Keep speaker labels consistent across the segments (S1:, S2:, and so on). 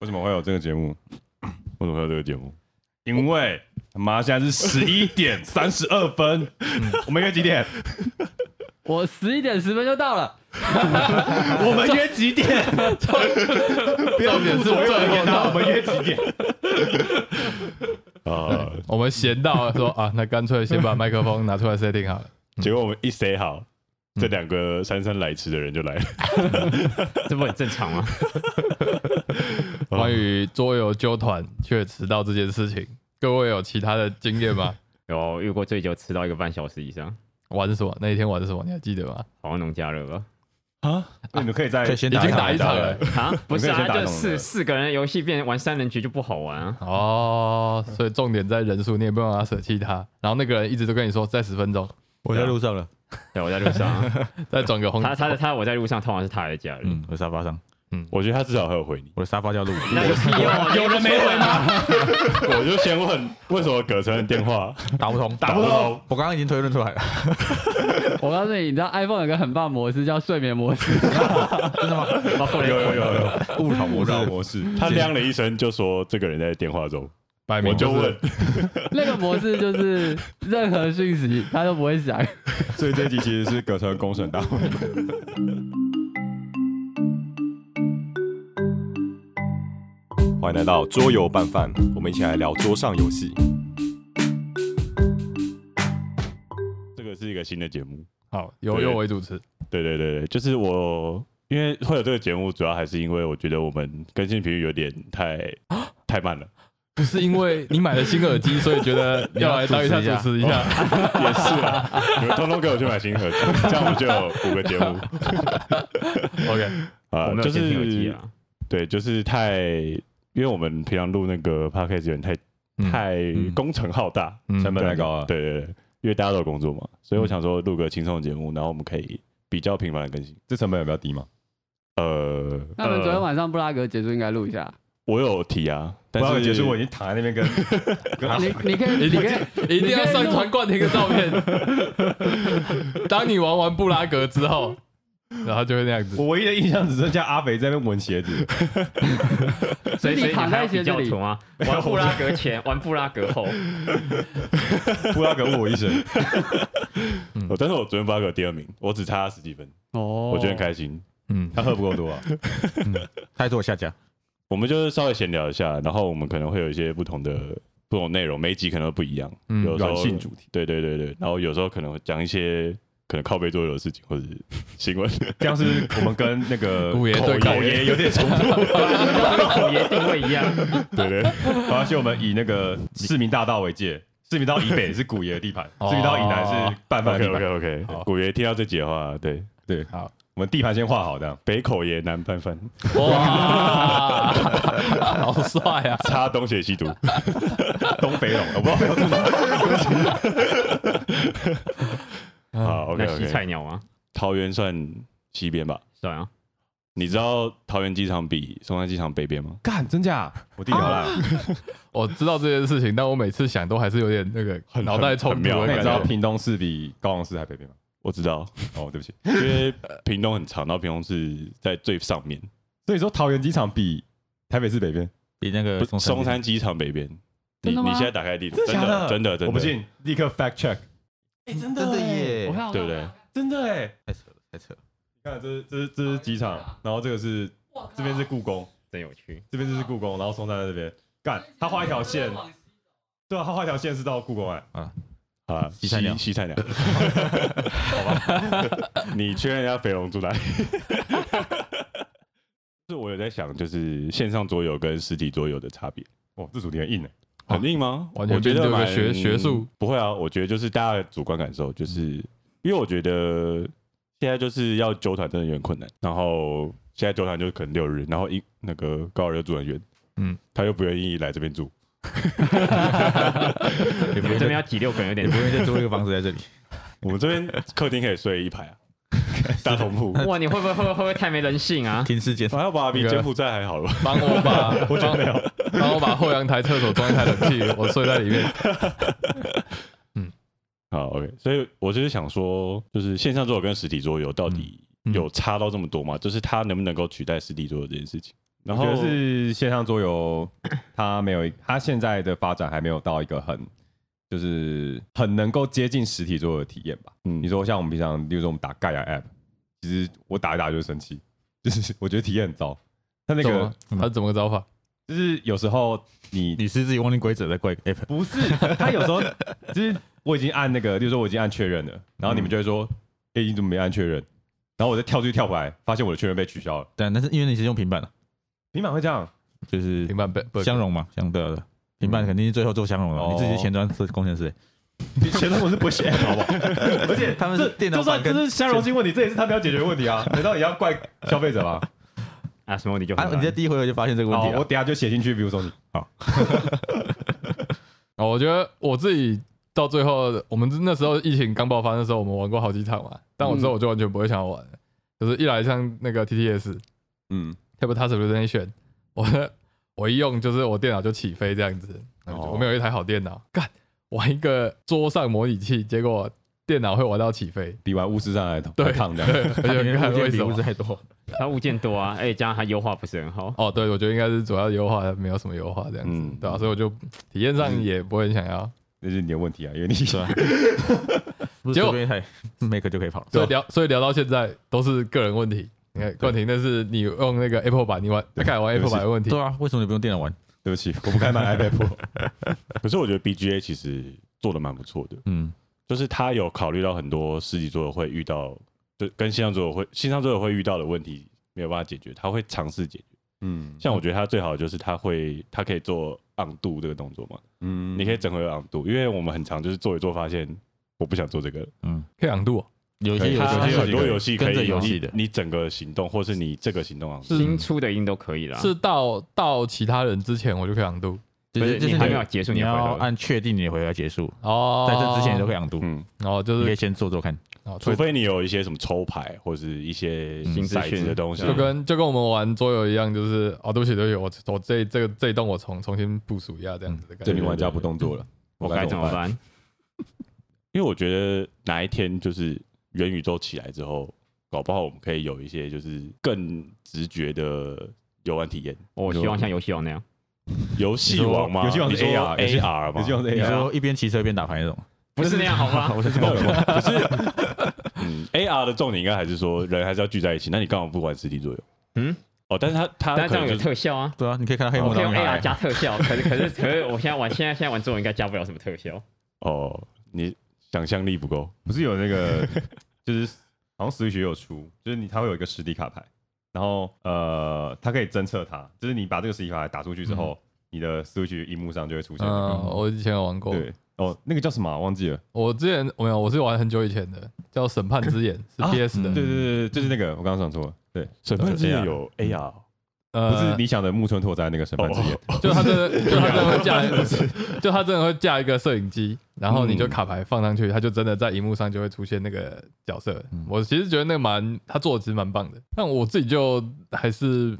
S1: 为什么会有这个节 目？为什么会有这个节目？因为他妈现在是十 一嗯点三十二分，我们约几点？
S2: 我十一点十分就到了，
S1: 我们 约几点？
S3: 不要脸是最后
S1: 那我
S3: 到
S1: 们约几点？
S4: 啊！
S3: 我们闲到说啊，那干脆先把麦克风拿出来 setting 好了。
S4: 结果我们一 say 好，
S1: 嗯
S4: 这两个姗姗来迟的人就来了。
S5: 这不很正常 吗？
S3: 关于桌游纠团却迟到这件事情，各位有其他的经验吗？
S5: 有遇过最久迟到一个半小时以上，
S3: 玩什么？那一天玩什么？你还记得吗？
S5: 好像农家乐吧？
S1: 那你们可以在
S4: 可以先
S3: 已
S4: 打
S3: 经打一场了。
S5: 啊，不是
S1: 我们可以先
S5: 啊，
S1: 打
S5: 就
S1: 农家乐
S5: 四四个人游戏变玩三人局就不好玩啊。
S3: 哦，所以重点在人数，你也不用让他舍弃他。然后那个人一直都跟你说再十分钟，
S4: 我在路上了，
S5: 对，我在路上 啊，
S3: 再转个红。
S5: 他他他我在路上，通常是他在家里。
S4: 嗯，我的沙发上，
S3: 嗯
S4: 我觉得他至少还有回你。
S6: 我的沙发叫路虎，
S5: 那有屁用？ 有人没啊回 吗？
S4: 我就先问为什么葛城的电话
S6: 打不通，
S4: 打不通？
S6: 我刚刚已经推论出来了，
S2: 我告诉你，你知道 iPhone 有个很棒的模式叫睡眠模式，
S6: 哦
S4: 哦
S1: 有有有有
S6: 误扰
S1: 误
S6: 模
S1: 导
S6: 式。
S1: 模式，
S4: 他亮了一声就说这个人在电话中，
S3: 摆
S4: 我
S3: 明
S4: 就是问，
S2: 那个模式就是任何讯息它都不会响。
S1: 所以这一集其实是葛城公审大 会。
S7: 欢迎来到桌游拌饭，我们一起来聊桌上游戏。
S4: 这个是一个新的节目。
S3: 好，由
S4: 对
S3: 右为主持。
S4: 对对对对，就是我因为会有这个节目，主要还是因为我觉得我们更新频率有点太太慢了，
S3: 不是因为你买了新耳机，所以觉得要来当一下主持一 下。
S4: 也是啊。你们通通给我去买新盒子，这样我们就有五个节目
S3: OK，
S4: 啊、
S5: 我没有
S4: 就
S5: 监听耳机
S4: 是
S5: 啊。
S4: 对，就是太，因为我们平常录那个 podcast 有点太、
S3: 嗯
S4: 太工程浩大，
S3: 嗯
S1: 成本太高了
S4: 对对对，因为大家都有工作嘛，所以我想说录个轻松的节目，然后我们可以比较频繁的更新。
S1: 这成本有比较低吗？
S4: 呃，
S2: 那我们昨天晚上布拉格结束应该录一下，
S4: 我有提啊，但
S1: 不知道
S4: 是
S1: 结束我已经躺在那边跟 跟阿
S4: 啊
S2: 你你可以
S3: 一
S2: 你
S3: 定
S2: 可以
S3: 一定要上传冠廷的照片。当你玩完布拉格之后，然后就会那样子。
S1: 我唯一的印象只剩下阿肥在那边闻鞋子，
S5: 所以所以
S2: 你
S5: 你
S2: 躺
S5: 还
S2: 在
S5: 要比
S2: 鞋子
S5: 较
S2: 里
S5: 图，吗？ 玩布拉格前， 玩布拉格后，
S1: 布拉格问我一 声，嗯
S4: 哦但是我昨天发给我第二名，我只差十几分，
S2: 哦
S4: 我觉得很开心。
S3: 嗯，
S1: 他喝不够多啊。
S6: 他还说我下架，
S4: 我们就是稍微闲聊一下，然后我们可能会有一些不同的不同内容，每一集可能会不一样，
S3: 嗯
S4: 有时候
S1: 软性主题，
S4: 对对对对，然后有时候可能会讲一些可能靠背桌游的事情或者是 新闻，
S1: 这样是我们跟那个
S3: 姑爷
S1: 口
S3: 对干
S1: 爷有点重复，
S5: 口爷定位一 样。
S4: 对对
S1: 而且我们啊以那个市民大道为界，市民大道以北是古爷的地盘，
S3: 哦
S1: 市民大道以南是半饭的
S4: ，OK
S1: 地
S4: OK
S1: 盘。
S4: OK，
S3: 好
S4: 古爷听到这集的话，对
S1: 我们地盘先画好，这样
S4: 北口爷南翻翻，
S3: 哇，好帅啊！
S4: 插东邪西毒，
S1: 东北龙，我不知道北龙是哪。嗯
S4: 好 OK
S5: 那西
S4: OK，
S5: 菜鸟吗？
S4: 桃园算西边吧？
S5: 算啊，
S4: 你知道桃园机场比松山机场北边吗？
S1: 干，真假？我地表啦，
S3: 我知道这件事情，但我每次想都还是有点那个
S4: 很
S3: 脑袋冲突
S4: 很
S3: 的
S4: 很
S1: 那
S4: 妙
S1: 你
S3: 感
S1: 知道
S3: 觉。
S1: 屏东市比高雄市还北边吗？
S4: 我知道，
S1: 哦，对不起，
S4: 因为屏东很长，然后屏东是在最上面，
S1: 所以说桃园机场比台北市北边，
S6: 比那个
S4: 不是松山机场北边。你
S2: 真的
S4: 你
S2: 吗
S4: 现在打开地图，
S1: 真的
S4: 真
S1: 假的
S4: 真的真的，
S1: 我不，信，立刻 fact check，
S6: 真的哎耶
S2: 我看我看
S4: 对不对？
S1: 真的哎。
S6: 太扯了，太扯了。
S1: 你看，这是这是这是机场，然后这个是这边是故宫，
S5: 真有趣。
S1: 这边就是故宫，然后松山在这边。干，他画一条线，对啊，他画一条线是到故宫哎。
S4: 啊，西
S6: 西菜鸟
S4: 西菜 鸟，好吧，你确认一下肥龙住哪里？ 就是我有在想，就是线上桌游跟实体桌游的差别，
S1: 哇，这主题很硬哎。
S4: 哦很硬吗？
S3: 完全
S4: 我觉得
S3: 变成
S4: 蛮
S3: 一个学学术，嗯
S4: 不会啊。我觉得就是大家的主观感受，就是因为我觉得现在就是要纠团真的有点困难，然后现在纠团就是可能六日，然后一那个高尔的主人员，嗯
S3: 嗯，
S4: 他又不愿意来这边住，
S6: 也
S5: 你
S6: 不
S5: 们这
S6: 用再
S5: 边要挤六个人有
S6: 也
S5: 点
S6: 不用再租一个 房子在这里，
S4: 我们这边客厅可以睡一排啊， 大同铺。
S5: 哇，你会不会会不会太没人性啊？
S6: 停尸间。
S4: 还好吧，比
S3: 那个
S4: 柬埔寨还好吧？
S3: 帮我把，我觉得没有，帮我把后阳台厕所装一台冷气，我睡在里面。
S4: 好，OK，所以我就是想说，就是线上桌游跟实体桌游到底
S3: 嗯嗯
S4: 有差到这么多吗？就是它能不能够取代实体桌游这件事情？然
S7: 我
S4: 后
S7: 觉得是线上桌游，它没有一，它现在的发展还没有到一个很，就是很能够接近实体桌游的体验吧。
S4: 嗯
S7: 你说像我们平常，例如说我们打盖亚 App，其实我打一打就生气，就是我觉得体验很糟。它那
S3: 怎
S7: 个
S3: 么他怎么个招法？
S7: 就是有时候你
S6: 你是自己忘记规则在怪 app，
S7: 不是，他有时候就是我已经按那个，例如说我已经按确认了，然后你们就会说，哎、你怎么没按确认？然后我再跳出去跳回来，发现我的确认被取消了。
S6: 但但是因为你是用平板的，啊
S7: 你满会 这样？
S6: 就是
S3: 平板被被
S6: 相容嘛，相对的平板肯定是最后做相容的，
S7: 哦
S6: 你自己是前端是工程师，
S7: 以前我是不写，好不好？而且
S6: 他们
S7: 这
S6: 是电脑
S7: 就算
S6: 版
S7: 这
S6: 跟
S7: 是相容性问题，这也是他们要解决的问题 啊，难道也要怪消费者吗？
S5: 啊，什么你就很
S6: 啊，你在
S5: 烂
S6: 第一回合就发现这个问
S4: 啊
S7: 好，
S6: 题啊
S4: 哦
S7: 我
S6: 了，
S7: 等一下就写进去，比如说你，
S3: 哦，我觉得我自己到最后，我们那时候疫情刚爆发那时候，我们玩过好几场嘛，但我之后
S7: 嗯
S3: 我就完全不会想要玩了，就是一来像那个 TTS
S7: 嗯，
S3: Table Task Resolution，我的我一用就是我电脑就起飞这样子，然后就
S7: 哦
S3: 我没有一台好电脑，干玩一个桌上模拟器，结果电脑会玩到起 飞，
S7: 比完巫师上来头
S3: 对
S7: 烫的，
S3: 对，而且看为
S6: 礼
S3: 什
S6: 物
S3: 么？
S6: 太多，
S5: 它物件多啊，而且加上它优化不是很 好，
S3: 哦，对，我觉得应该是主要优化，没有什么优化这样子，
S7: 嗯
S3: 对啊，所以我就体验上也不会很想要。
S7: 那是你的问题啊，因为你
S6: 是吧？不
S3: 结
S6: 是
S3: 果啊
S6: 随便一台 Mac 就可以跑，
S3: 所以聊，所以聊到现在都是个人问题。你看冠廷，那是你用那个 Apple 版，你玩他改玩
S7: 对不
S3: Apple
S7: 起
S3: 版的问题
S6: 对。啊，为什么你不用电脑玩？
S7: 对不起，我不该买 iPad Pro。
S4: 可是我觉得 BGA 其实做的蛮不错的，
S6: 嗯，
S4: 就是他有考虑到很多实体桌游会遇到，就跟线上桌游会线上桌游会遇到的问题没有办法解决，他会尝试解决。
S7: 嗯
S4: 像我觉得他最好的就是他会，他可以做 on 度这个动作嘛，
S7: 嗯
S4: 你可以整合 on 度，因为我们很常就是做一做发现我不想做这个，
S3: 可以朗读哦，
S6: 嗯哎有
S4: 对
S6: 些游
S4: 它
S6: 戏
S4: 它
S6: 可以
S4: 很多游戏可
S6: 跟着
S4: 以
S6: 游戏的，
S4: 你你整个行动或是你这个行动 on 度，
S5: 新出的音都可
S6: 啊
S5: 以啦。
S3: 是到到其他人之前我就可以朗读
S6: 就
S5: 不是
S6: 是就
S5: 你
S6: 是
S5: 还没有结束
S6: 你
S5: 你的回合
S6: 要按确定你的回合结束，
S3: 哦。
S6: 在这之前你都可以朗读，
S4: 嗯，
S3: 哦，就
S6: 你可以
S3: 是
S6: 先做做看，
S3: 哦
S4: 除非你有一些什么抽牌或是一些
S5: 新资
S4: 骰
S5: 讯
S4: 子的东西，
S6: 啊
S3: 就跟就跟我们玩桌游一样，就是哦，对不起，对不起，我我这这个这一栋我重重新部署一下这样子的感
S7: 证
S3: 觉。
S7: 明玩家不动作了，
S5: 我该怎么？办？
S4: 因为我觉得哪一天就是元宇宙起来之后，搞不好我们可以有一些就是更直觉的游玩体验。
S5: 我希望像游戏王那样，
S4: 游戏王嘛，
S7: 游戏王
S4: 你
S7: 是
S4: 说
S7: AR 游戏
S4: AR
S7: 你
S4: 嘛，
S7: 用这
S6: 你
S7: 个
S6: 说一边骑车一边打牌那 种，
S5: 不是那样好 吗？
S6: 哦
S4: 可是嗯，AR 的重点应该还是说人还是要聚在一起。那你刚好不玩实体桌游？
S5: 嗯，
S4: 哦，但是他他
S5: 但这
S4: 可
S5: 样
S4: 能
S5: 有
S4: 就是
S5: 特效啊。
S6: 对啊，你可以看到黑
S5: 我
S6: 幕
S5: 可以
S6: 到
S5: 用
S6: 女
S5: AR
S6: 孩，
S5: 加特效，可是可是可是，我现在玩现在现在玩中文应该加不了什么特效。
S4: 哦，你想象力不够。
S7: 不是有那个，就是好像 Switch 也有出，就是你它会有一个实体卡牌，然后呃，它可以侦测它，就是你把这个实体卡牌打出去之后，你的 Switch 荧幕上就会出现。
S3: 嗯，我以前有玩过，
S7: 对，哦，那个叫什么啊、忘记了。
S3: 我之前没有，我是玩很久以前的，叫《审判之眼》，是
S7: 啊
S3: PS
S7: 对
S6: 嗯
S3: 的，
S7: 对对对，就是那个，我刚刚讲错了。对，
S4: 审判之夜有 AR，
S7: 不
S3: 呃
S7: 是你想的木村拓哉那个审判之眼。
S3: 就他真的，就他真的会架，就他真的会架一个摄影机，然后你就卡牌放上去，他就真的在荧幕上就会出现那个角色。我其实觉得那个蛮，他做的其实蛮棒的。但我自己就还是，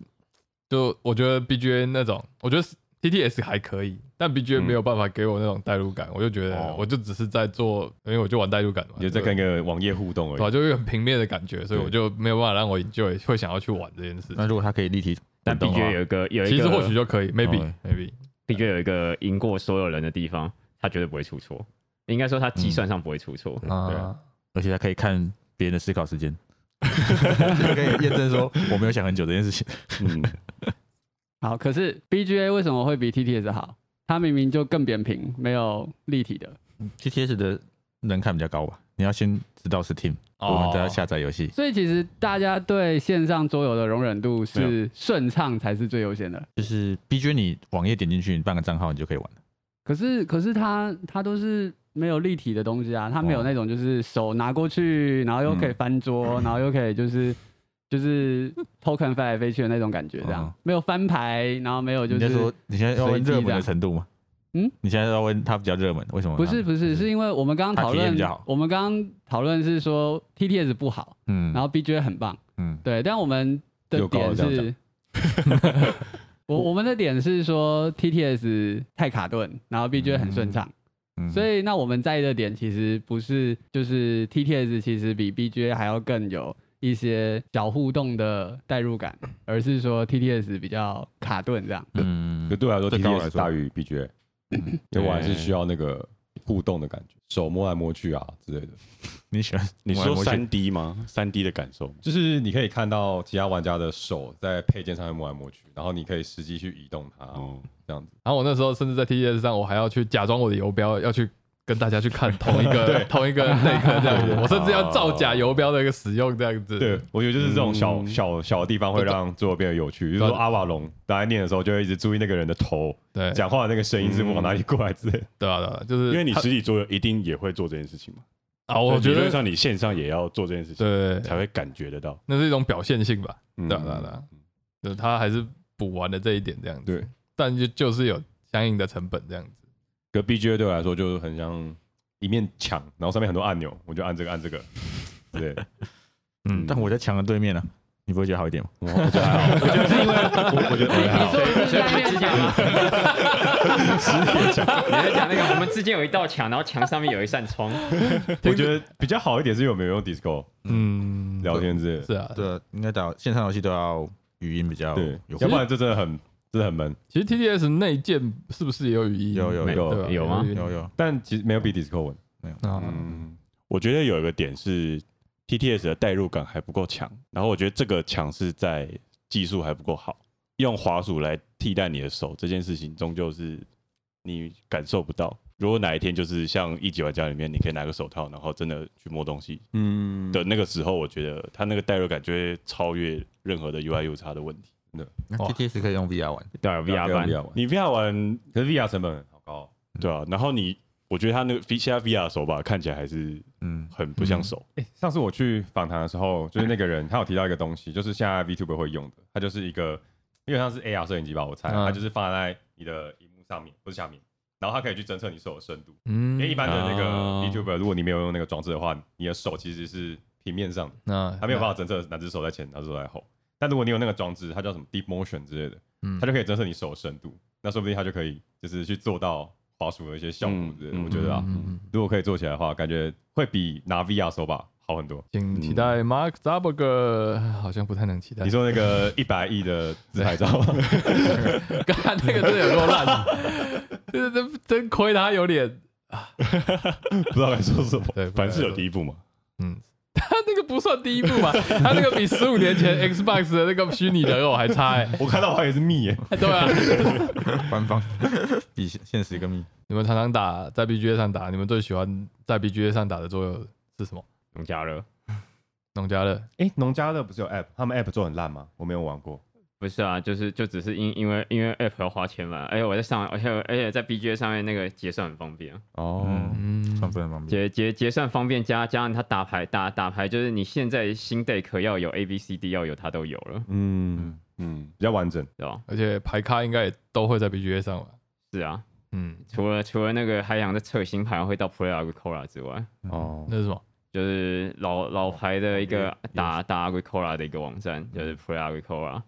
S3: 就我觉得 BGA 那种，我觉得 TTS 还可以，但 BGA 没有办法给我那种代入感，我就觉得
S4: 哦
S3: 我就只是在做，因为我就玩代入感嘛，
S7: 你就在
S3: 对
S7: 跟一个网页互动而
S3: 对吧？啊
S7: 已。
S3: 就有一个很平面的感觉，所以我就没有办法让我 enjoy 会想要去玩这件事
S6: 那
S3: 情。
S6: 如果它可以立体，
S5: 但 B
S6: 懂
S5: J
S6: 啊
S5: 有一个有一个，
S3: 其实或许就可以，maybe
S6: 哦
S3: maybe。
S5: B J 有一个赢过所有人的地方，他绝对不会出错。应该说他计算上不会出错。
S6: 对啊，而且它可以看别人的思考时 间，就可以验证说 我没有想很久这件事情，
S4: 嗯，
S2: 好，可是 BGA 为什么会比 TTS 好？它明明就更扁平，没有立体的，
S6: TTS 的门槛比较高吧？你要先知道是 Team，、我
S5: 哦
S6: 们再要下载游戏，
S2: 所以其实大家对线上桌游的容忍度是顺畅才是最优先的。
S6: 就是 BG 你网页点进去，你办个账号你就可以玩了。
S2: 可是可是它它都是没有立体的东西啊，它没有
S6: 哦嗯
S2: 那种就是手拿过去，然后又可以翻桌，然后又可以就是。就是 token 飞来飞去的那种感觉，这样、
S6: 哦
S2: 没有翻牌，然后没有就
S6: 你在说
S2: 是
S6: 你现在要问热门的程度吗？
S2: 嗯，
S6: 你现在要问它比较热门，为什么？
S2: 不是，不是，是因为我们刚刚
S6: 它
S2: 讨
S6: 体验
S2: 论
S6: 比较好，
S2: 我们刚刚讨论是说 TTS 不好，
S6: 嗯，
S2: 然
S6: 后
S2: 后 BGA 很棒，
S6: 嗯，
S2: 对，但我们的
S7: 又高了
S2: 点
S7: 这样
S2: 是， 我我们的点是说 TTS 太卡顿，然后 BGA 很顺畅，
S6: 嗯
S2: 所以那我们在意的点其实不是就是 TTS 其实比 BGA 还要更有一些小互动的代入感，而是说 TTS 比较卡顿这样。
S6: 嗯
S7: 可，对我来说
S6: 对高来
S7: ，TDS
S6: 说
S7: 大于 BGA，因为我还是需要那个互动的感觉，手摸来摸去啊之类的。
S6: 你喜欢
S4: 你
S6: 摸来
S4: 说
S6: 摸去
S4: 三 D 吗？三 D 的感受吗，
S7: 就是你可以看到其他玩家的手在配件上面摸来摸去，然后你可以实际去移动它，
S4: 哦，
S7: 这样子。
S3: 然后我那时候甚至在 TTS 上，我还要去假装我的游标要去。跟大家去看同一个同一个那个这样子，我甚至
S5: 哦
S3: 要造假游标的一个使用这样子。
S7: 对，我觉得就是这种小、小小的地方会让桌游变得有趣。就是说
S3: 对
S7: 阿瓦隆大家念的时候，就会一直注意那个人的头，
S3: 对
S7: 讲话的那个声音是往哪里过来之类的。
S3: 对啊对啊，就是
S4: 因为你
S3: 他
S4: 实体桌游一定也会做这件事情嘛。
S3: 啊，我觉
S4: 理论
S3: 得
S4: 上你线上也要做这件事情，
S3: 对，
S4: 才会感觉得到。
S3: 那是一种表现性吧。
S7: 嗯
S3: 对啊对啊对啊，就是他还是补完了这一点这样子。
S7: 对，
S3: 但就就是有相应的成本这样子。
S7: 可 BGA 对我来说就是很像一面墙，然后上面很多按钮，我就按这个按这个。对，
S6: 嗯，但我在墙的对面呢，你不会觉得好一点吗？
S7: 我我觉得还好，我觉得是因为我 我觉得
S2: 你
S7: 还
S2: 你
S7: 好
S2: 说的是
S5: 啊所以我们之
S2: 在那边
S5: 间吗？你在讲那个，我们之间有一道墙，然后墙上面有一扇窗。
S7: 我觉得比较好一点是因为我没有用 Disco
S3: 嗯，
S7: 聊天之类的。
S3: 是啊，
S6: 对啊，应该打线上游戏都要语音比较
S7: 对
S6: 有，
S7: 要不然这真的很真的很闷。
S3: 其实 TDS 内建是不是也有语音？
S6: 有有
S5: 没
S6: 有
S3: 对吧
S5: 有吗
S3: 语音
S6: 有有，
S7: 但其实没有比 Disco 稳。
S3: 啊，
S7: 嗯，
S4: 我觉得有一个点是 TTS 的代入感还不够强，然后我觉得这个强是在技术还不够好，用滑鼠来替代你的手这件事情，终究是你感受不到。如果哪一天就是像一级玩家里面，你可以拿个手套，然后真的去摸东西
S7: 嗯，
S4: 的那个时候，我觉得他那个代入感就会超越任何的 UI U 差的问题。
S6: 那
S3: 哇
S6: TTS 可以用 VR 玩，
S5: 对啊，VR 版
S7: 要玩，
S4: 你 VR 玩
S7: 可是 VR 成本好高。
S4: 对啊，然后你我觉得他那个现在 VR 的手把看起来还是
S6: 嗯，
S4: 很不像手，
S7: 哎、上次我去访谈的时候，就是那个人他有提到一个东西，就是现在 VTuber 会用的，它就是一个，因为像是 AR 摄影机吧，我猜、
S3: 嗯
S7: 它就是放在你的荧幕上面，不是下面，然后它可以去侦测你手的深度。
S3: 嗯
S7: 因为一般的那个
S6: 哦
S7: VTuber，如果你没有用那个装置的话，你的手其实是平面上的，
S3: 那
S4: 嗯
S7: 它没有办法侦测哪只手在前，哪只手在后。但如果你有那个装置，它叫什么 Deep Motion 之类的，
S3: 嗯
S7: 它就可以侦测你手的深度，那说不定它就可以就是去做到滑鼠的一些效果之类的。
S4: 嗯
S7: 我觉得啊，
S3: 嗯，
S7: 如果可以做起来的话，感觉会比拿 VR 手把好很多。
S3: 请期待 Mark Zuckerberg，好像不太能期待。
S7: 你说那个一百亿的自 拍照，
S3: 干那个真的有够烂的，真真真亏他有脸。
S4: 不知道该说什么。
S3: 对，
S4: 凡事有
S3: 第
S4: 第一步嘛，
S3: 他那个不算第一步吧？他那个比十五年前 Xbox 的那个虚拟人偶还差哎、
S7: 我看到我还以为是密耶。
S3: 对啊，
S6: 官方比现现实更 密，
S3: 你们常常打在 BGA 上打，你们最喜欢在 BGA 上打的桌游是什么？
S5: 农家乐
S3: 农家乐。
S7: 哎， 农家乐不是有 app？他们 app 做很烂吗？我没有玩过。
S5: 不是啊，就是就只是因因为因为 app 要花钱嘛，而且我在上，而且而且在 BGA 上面那个结算很方便啊，
S7: 哦
S6: 嗯，
S3: 嗯，
S6: 算不能方便。
S5: 结结结算方便加加上它打牌打打牌，就是你现在新 deck 要有 A B C D 要有它都有了，
S7: 嗯嗯，比较完整。
S5: 对吧？
S3: 而且牌咖应该也都会在 BGA 上玩。
S5: 是啊，
S3: 嗯，
S5: 除了除了那个海洋的侧型牌会到 Play Agricola 之外，
S7: 哦，
S3: 那是什么？
S5: 就是老老牌的一个
S6: 也
S5: 打打 Agricola 的一个网站，就是 Play Agricola，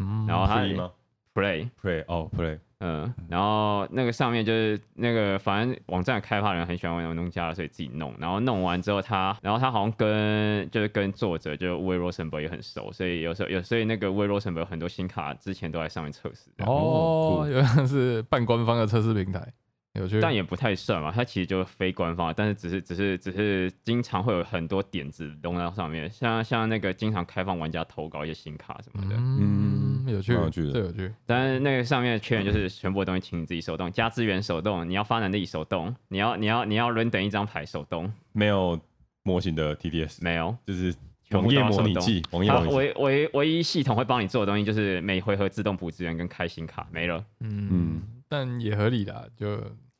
S3: 嗯，
S5: 然后它
S7: Free 啊吗
S5: Play，
S7: ？Play 哦，Play
S5: 嗯，然后那个上面就是那个，反正网站的开发人很喜欢玩农家乐，所以自己弄。然后弄完之后他，然后他好像跟就是跟作者就是 Will Rosenberg 也很熟，所以有时候有所以那个 Will Rosenberg 有很多新卡之前都在上面测试的，
S3: 哦，原来是半官方的测试平台，有趣。
S5: 但也不太算嘛，它其实就是非官方，但是只是只是只是经常会有很多点子弄到上面，像像那个经常开放玩家投稿一些新卡什么的。
S3: 嗯，有趣，
S7: 蛮有趣的
S3: 这有趣。
S5: 但是那个上面的缺点就是全部的东西请你自己手动，加资源手动，你要发能力手动，你要你要你要轮等一张牌手动，
S7: 没有模型的 TDS，
S5: 没有。
S7: 就是
S5: 全部
S7: 网
S5: 都
S7: 页
S5: 要
S7: 模拟器，网页
S5: 它
S7: 模拟器。
S5: 唯唯唯一系统会帮你做的东西就是每回合自动补资源跟开新卡，没了。
S3: 嗯，但也合理啦，就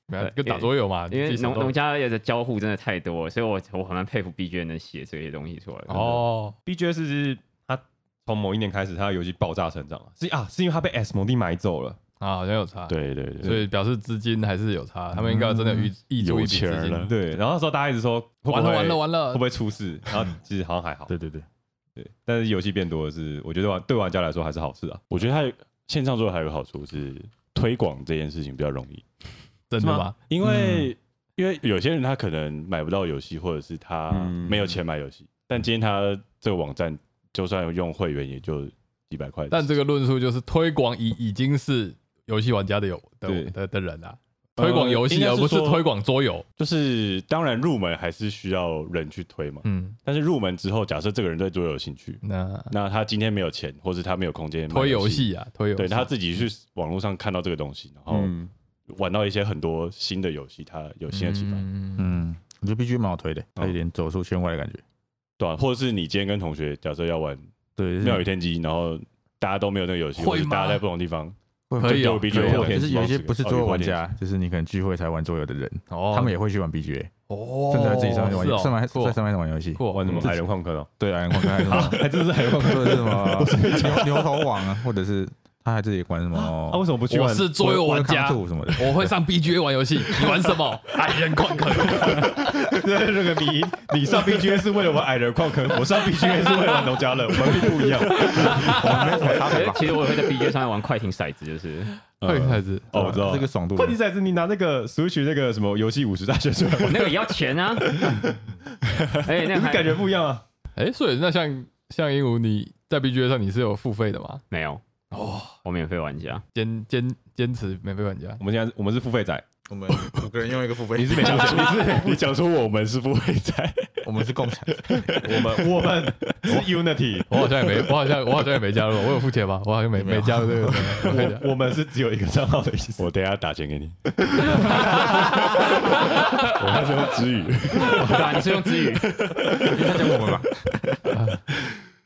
S3: 没有
S5: 对
S3: 就打桌游
S7: 啊
S3: 嘛，
S5: 因为
S3: 你自己手
S5: 农
S3: 动
S5: 农家乐的交互真的太多了，所以我我很蛮佩服 BG 能写这些东西出来。
S3: 哦，
S7: BGS 是它从某一年开始，它的游戏爆炸成长了，是啊，是因为它被 S 蒙蒂买走了。
S3: 啊，好像有差，，
S4: 对对
S3: 所
S4: 对，
S3: 以表示资金还是有差，他们应该真的有预预注一笔
S4: 有
S3: 资
S4: 钱儿
S3: 金
S4: 了，
S7: 对，然后那时候大家一直说会不会
S3: 完了完了完
S7: 会
S3: 了
S7: 不，会出事？然后其实好像还好，
S6: 对对对，
S7: 对，但是游戏变多的是，我觉得玩对玩家来说还是好事啊。
S4: 我觉得它有线上做还有个好处是推广这件事情比较容易，
S3: 真的吗？
S4: 因为、
S3: 嗯嗯
S4: 因为有些人他可能买不到游戏，或者是他没有钱买游戏，但今天他这个网站就算用会员也就几百块。
S3: 但这个论述就是推广已已经是游戏玩家的有的
S4: 对
S3: 的的人啊，
S4: 呃
S3: 推广
S4: 应
S3: 游戏
S4: 该
S3: 而
S4: 是
S3: 不是
S4: 说
S3: 推广桌游。
S4: 就是当然入门还是需要人去推嘛，
S3: 嗯，
S4: 但是入门之后，假设这个人对桌游有兴趣，
S3: 那
S4: 那他今天没有钱，或是他没有空间买
S3: 推游，戏啊，推游戏，
S4: 对他自己去网络上看到这个东西，然后
S7: 嗯，
S4: 玩到一些很多新的游戏，他有新的启发，
S3: 嗯
S6: 嗯，哦我觉得 BG 蛮好推的，他有点走出圈外的感觉。
S4: 对啊，或者是你今天跟同学假设要玩
S6: 对，
S7: 嗯
S4: 《妙语天机》，然后大家都没有那个游戏，
S3: 会
S4: 或是大
S3: 吗
S4: 家在不同地 方，
S3: 可以哦
S4: 就丢
S3: 可以
S4: BGA 或者
S3: 哦
S6: 啊就是有一些不是桌游玩
S4: 哦
S6: 家，就是你可能聚会才玩桌游的人，
S3: 哦，
S6: 他们也会去玩 BGA，
S3: 哦，
S6: 甚至在自己上面玩
S3: 是哦，
S6: 上面
S3: 酷
S6: 在上面玩游戏。
S3: 酷
S7: 玩什么
S3: 嗯
S7: 矮人矿坑哦，
S6: 对，还狂开什么，
S7: 还真是矮人矿
S6: 或者是什么牛牛头网啊，或者是他还自己玩什
S7: 啊他为
S6: 么
S7: 什么不去
S3: 我
S7: 玩？
S3: 是桌游玩家
S6: Welcome，to 什么的。
S3: 我会上 BGA 玩游戏，你玩什么？ 矮人矿 坑。
S7: 对这个你你上 BGA 是为了玩矮人矿坑，我上 BGA 是为了玩农家乐，我们并不一样。
S5: 可是其实我也会在 B J 上面玩快艇骰子， 就是
S3: 快开始，
S7: 哦，我知道
S6: 这
S7: 了
S6: 个。爽度
S7: 问。题骰子，你拿那个 Switch 那个什么游戏五十大学出来玩，
S5: 那个也要钱 啊。哎，那
S7: 你
S5: 个还
S7: 感觉不一样啊。
S3: 哎，所以那像像鹦鹉，你在 BGA 上你是有付费的吗？
S5: 没有
S3: 哦，
S5: 我免费玩家，
S3: 坚坚坚持免费玩家，
S7: 我们现在我们是付费仔，
S6: 我们五个人用一个付费，
S7: 你是没讲钱，你是
S4: 你讲出我们是不会在，
S6: 我们是共产，
S7: 我们我们是 Unity，
S3: 我好像也没，我好像我好像也没加入，我有付钱吗？我好像没
S6: 没
S3: 没
S6: 有
S3: 加入这个。我看一下
S7: 我我们是只有一个账号的意思。
S4: 我等一下打钱 给你。我还想用词语，
S5: 对啊，你是用资 语，
S6: 他讲我们吧。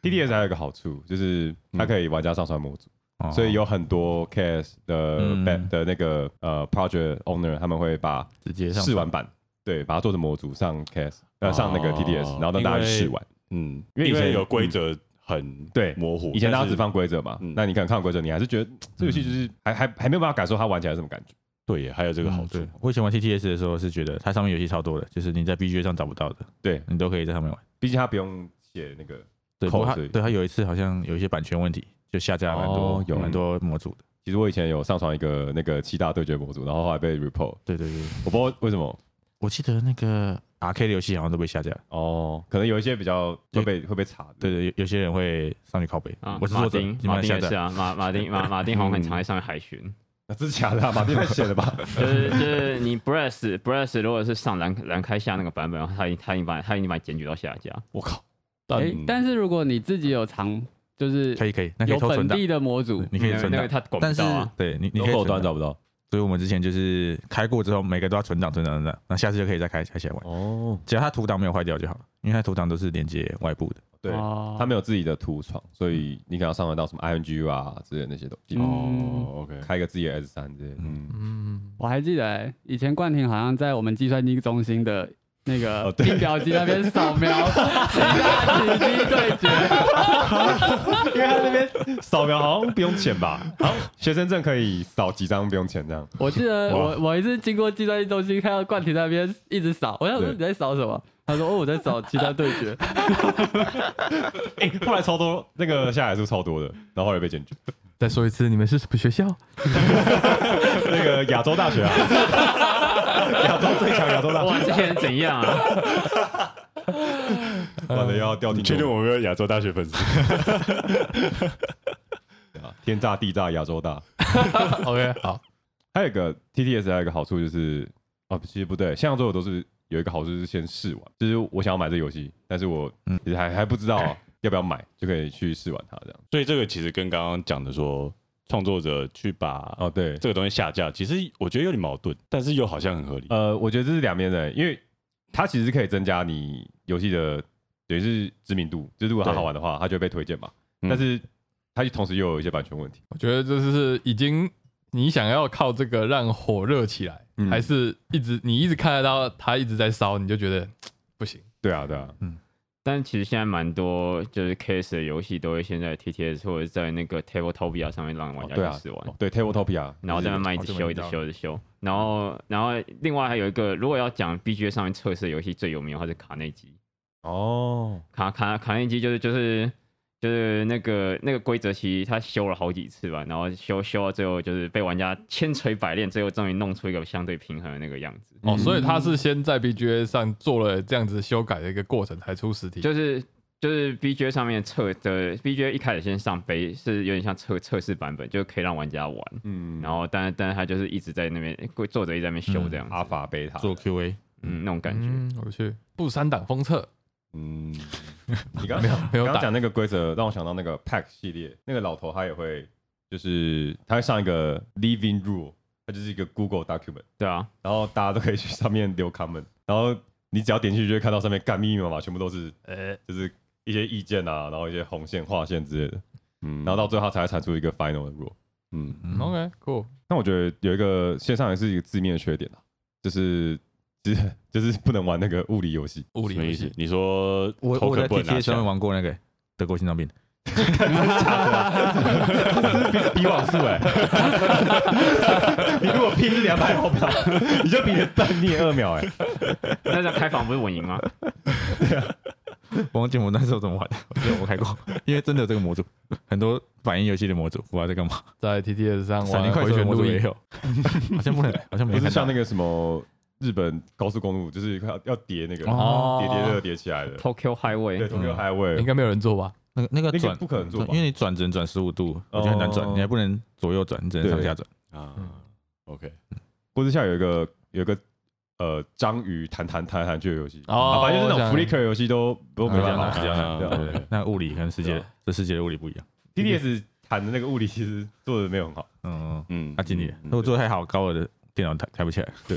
S7: TDS 还有一个好处就是它可以玩家上传模组，
S6: 哦
S7: 所以有很多 KS 的
S6: 嗯
S7: back 的那个呃 project owner 他们会把
S6: 直接上
S7: 试玩版，对，把它做成模组上 KS，呃上那个
S4: 哦
S7: TDS，然后让大家去试玩。
S4: 嗯，
S7: 因为以
S4: 因
S7: 前嗯
S4: 为有规则很
S7: 对
S4: 模糊，
S7: 以前大
S4: 但
S7: 家
S4: 是
S7: 只放规则嘛，
S4: 嗯
S7: 那你可能看到规则，你还是觉得嗯这游戏就是还还还没有办法感受它玩起来是什么感觉。
S4: 对耶，还有这个好
S6: 嗯
S4: 处
S6: 对。我以前玩 TTS 的时候是觉得它上面游戏超多的，就是你在 BGA 上找不到的，
S7: 对，
S6: 你都可以在上面玩。
S7: 毕竟它不用写那个，
S6: 对，
S7: 口
S6: 不过它
S7: 水
S6: 对它有一次好像有一些版权问题，就下架了蛮
S7: 哦
S6: 多，
S7: 有
S6: 蛮多模组的。
S7: 其实我以前有上传一个那个七大对决模组，然后后来被 report，
S6: 对对对，
S7: 我不知道为什么
S6: 我记得那个 RK 啊的游戏好像都被下架了。
S7: 哦，可能有一些比较会被会被查的。
S6: 对对，有有些人会上去拷贝
S5: 啊。
S6: 我是
S5: 马
S6: 作者，
S5: 丁
S6: 你，
S5: 马
S6: 们
S5: 丁
S6: 下
S5: 也是
S6: 载。
S5: 啊，马马丁马马丁好像很常在上面海 巡，
S7: 那这是假的、啊，马丁太写的 吧？
S5: 就是就是你 Breath Breath 如果是上蓝蓝开下那个版本，他已他已经把他已经把你检举到下架，
S4: 我靠，
S3: 但
S2: 哎，但是如果你自己有藏，就是
S6: 可以可以，那可以
S2: 有
S6: 偷存
S2: 本
S6: 档
S2: 地，的模组
S6: 对，你可以
S5: 那个
S6: 存
S5: 那个
S6: 档。
S5: 他管
S6: 但
S5: 不
S6: 是
S5: 到啊。
S6: 对你你可以
S7: 后
S6: 存
S7: 端
S6: 档
S7: 找不到
S6: 所以我们之前就是开过之后，每个都要存档、存档、存档，那下次就可以再开开起来玩。
S7: 哦，
S6: 只要它图档没有坏掉就好了，因为它图档都是连接外部的。
S7: 对，
S2: 哦
S7: 他没有自己的图床，所以你可能要上传到什么 ING 啊之类的那些东西，
S2: 嗯，
S4: 哦，OK，
S7: 开一个自己的 S 三之类的。嗯，
S3: 嗯，
S2: 我还记得欸以前冠廷好像在我们计算机中心的那个
S7: 哦对
S2: 印表机那边扫 描七大奇迹对决，
S7: 因为他那边扫描好像不用钱吧？好，学生证可以扫几张不用钱这样。
S2: 我记得
S4: 哇
S2: 我我一次经过计算机中心，看到冠廷在那边一直扫，我想说
S7: 对
S2: 你在扫什么？他说哦我在扫七大对决，
S7: 哎，后来超多那个下载数超多的，然后后来被检举。
S3: 再说一次，你们是什么学校？
S7: 那个亚洲大学啊， 亚洲最强亚洲大
S5: 哇，这些人怎样啊？
S7: 学，完了要掉
S4: 你
S7: 进
S4: 确定我没有亚洲大学 粉丝？
S7: 天炸地炸亚洲大。
S3: OK，好，
S7: 还有一个 TTS 还有一个好处就是，哦，其实不对，像做的都是有一个好处就是先试玩，就是我想要买这个游戏，但是我
S6: 嗯
S7: 其实还还不知道啊要不要买，就可以去试玩它这样。
S4: 所以这个其实跟刚刚讲的说，创作者去把
S7: 哦，对，
S4: 这个东西下架，其实我觉得有点矛盾，但是又好像很合理。
S7: 呃，我觉得这是两面的，因为它其实可以增加你游戏的等于是知名度，就是如果它
S4: 对
S7: 好玩的话，它就会被推荐嘛。
S4: 嗯
S7: 但是它同时又有一些版权问题，
S3: 我觉得这是已经你想要靠这个让火热起来，
S7: 嗯
S3: 还是一直你一直看得到它一直在烧，你就觉得嘖不行。
S7: 对啊，对啊，
S5: 但其实现在蛮多就是 case 的游戏都会先在 TTS 或者在那个 Tabletopia 上面让玩
S7: 哦
S5: 家
S7: 对啊
S5: 去试玩，
S7: 哦对 Tabletopia，
S5: 然后在慢慢一
S6: 哦
S5: 直
S6: 这么
S5: 修，一
S6: 一
S5: 直
S6: 道
S5: 修，一直修。然后，然后另外还有一个，如果要讲 BGA 上面测试的游戏最有名的话是卡内基，
S7: 哦，
S5: 卡卡卡内基就是就是就是那个那个规则，其实他修了好几次吧，然后修修到最后就是被玩家千锤百炼，最后终于弄出一个相对平衡的那个样子。
S3: 嗯哦，所以他是先在 BGA 上做了这样子修改的一个过程，才出实体。
S5: 就是就是 BGA 上面测的 BGA 一开始先上杯是有点像测测试版本，就可以让玩家玩，
S7: 嗯，
S5: 然后但但是他就是一直在那边作者一直在那边修这样子，
S7: 阿法贝塔
S6: 做 QA，
S5: 嗯，那种感觉。
S3: 嗯，我去不删档封测，
S7: 嗯，你刚
S3: 没有没有
S7: 刚刚
S3: 打
S7: 讲那个规则，让我想到那个 Pack 系列，那个老头他也会，就是他会上一个 Living Rule，它就是一个 Google document，
S5: 对啊，
S7: 然后大家都可以去上面留 comment，然后你只要点进去就会看到上面干密密麻麻，全部都是
S3: 呃，
S7: 就是一些意见啊，然后一些红线、划线之类的，
S4: 嗯，
S7: 然后到最后他才会产出一个 final 的 rule。嗯，
S3: 嗯 OK，cool，
S7: 那我觉得有一个线上也是一个字面的缺点啊，就是就是就是不能玩那个物理游戏，
S3: 物理
S4: 什么
S3: 游
S4: 意思
S3: 戏？
S4: 你说
S6: 我
S4: 头
S6: 我
S4: 可
S6: 在
S4: 不能拿
S6: PTA
S4: 起
S6: 上
S4: 来
S6: 面玩过那个德国心脏病，
S7: 比往数哎、你如果拼两百毫秒，你就比你的蛋念二秒哎、
S5: 那在开房不是我赢吗？
S6: 我忘记我那时候怎么玩的，我记得我开过，因为真的有这个模组，很多反应游戏的模组，不知道在干嘛。
S3: 在 TTS 上
S6: 闪
S3: 玩
S6: 电快
S3: 回
S6: 车的
S3: 旋
S6: 模
S3: 录
S6: 组也
S3: 音，
S6: 有， 好像不能，好像没
S7: 不
S6: 有
S7: 是
S6: 看到
S7: 像那个什么日本高速公路，就是要要叠那个
S6: 哦
S7: 叠叠热叠起来的，
S5: Tokyo
S7: 对
S5: Highway，
S7: ，Tokyo
S3: 应
S7: Highway，
S3: 该没有人做吧？
S6: 那个那
S7: 那
S6: 个
S7: 个
S6: 转
S7: 不可能做吧
S6: 因为你转只能转十五度，我觉得很难转
S7: 哦，
S6: 你还不能左右转，你只能上下转。
S4: 啊？OK，
S7: 或者像有一个有一个呃章鱼弹弹弹弹去的游戏，
S3: 哦
S7: 啊反正就是那
S3: 我
S7: 种
S3: 想
S7: flicker 游戏都都没办
S6: 啊
S7: 法
S6: 这样啊对
S7: 这样
S6: 对对，啊那物理跟世界这世界的物理不一样。
S7: ，TDS 弹的那个物理其实做的没有很好，
S6: 嗯，
S4: 嗯，
S6: 他经理
S4: 嗯
S6: 如果做得太好，高我的电脑抬抬不起来。对，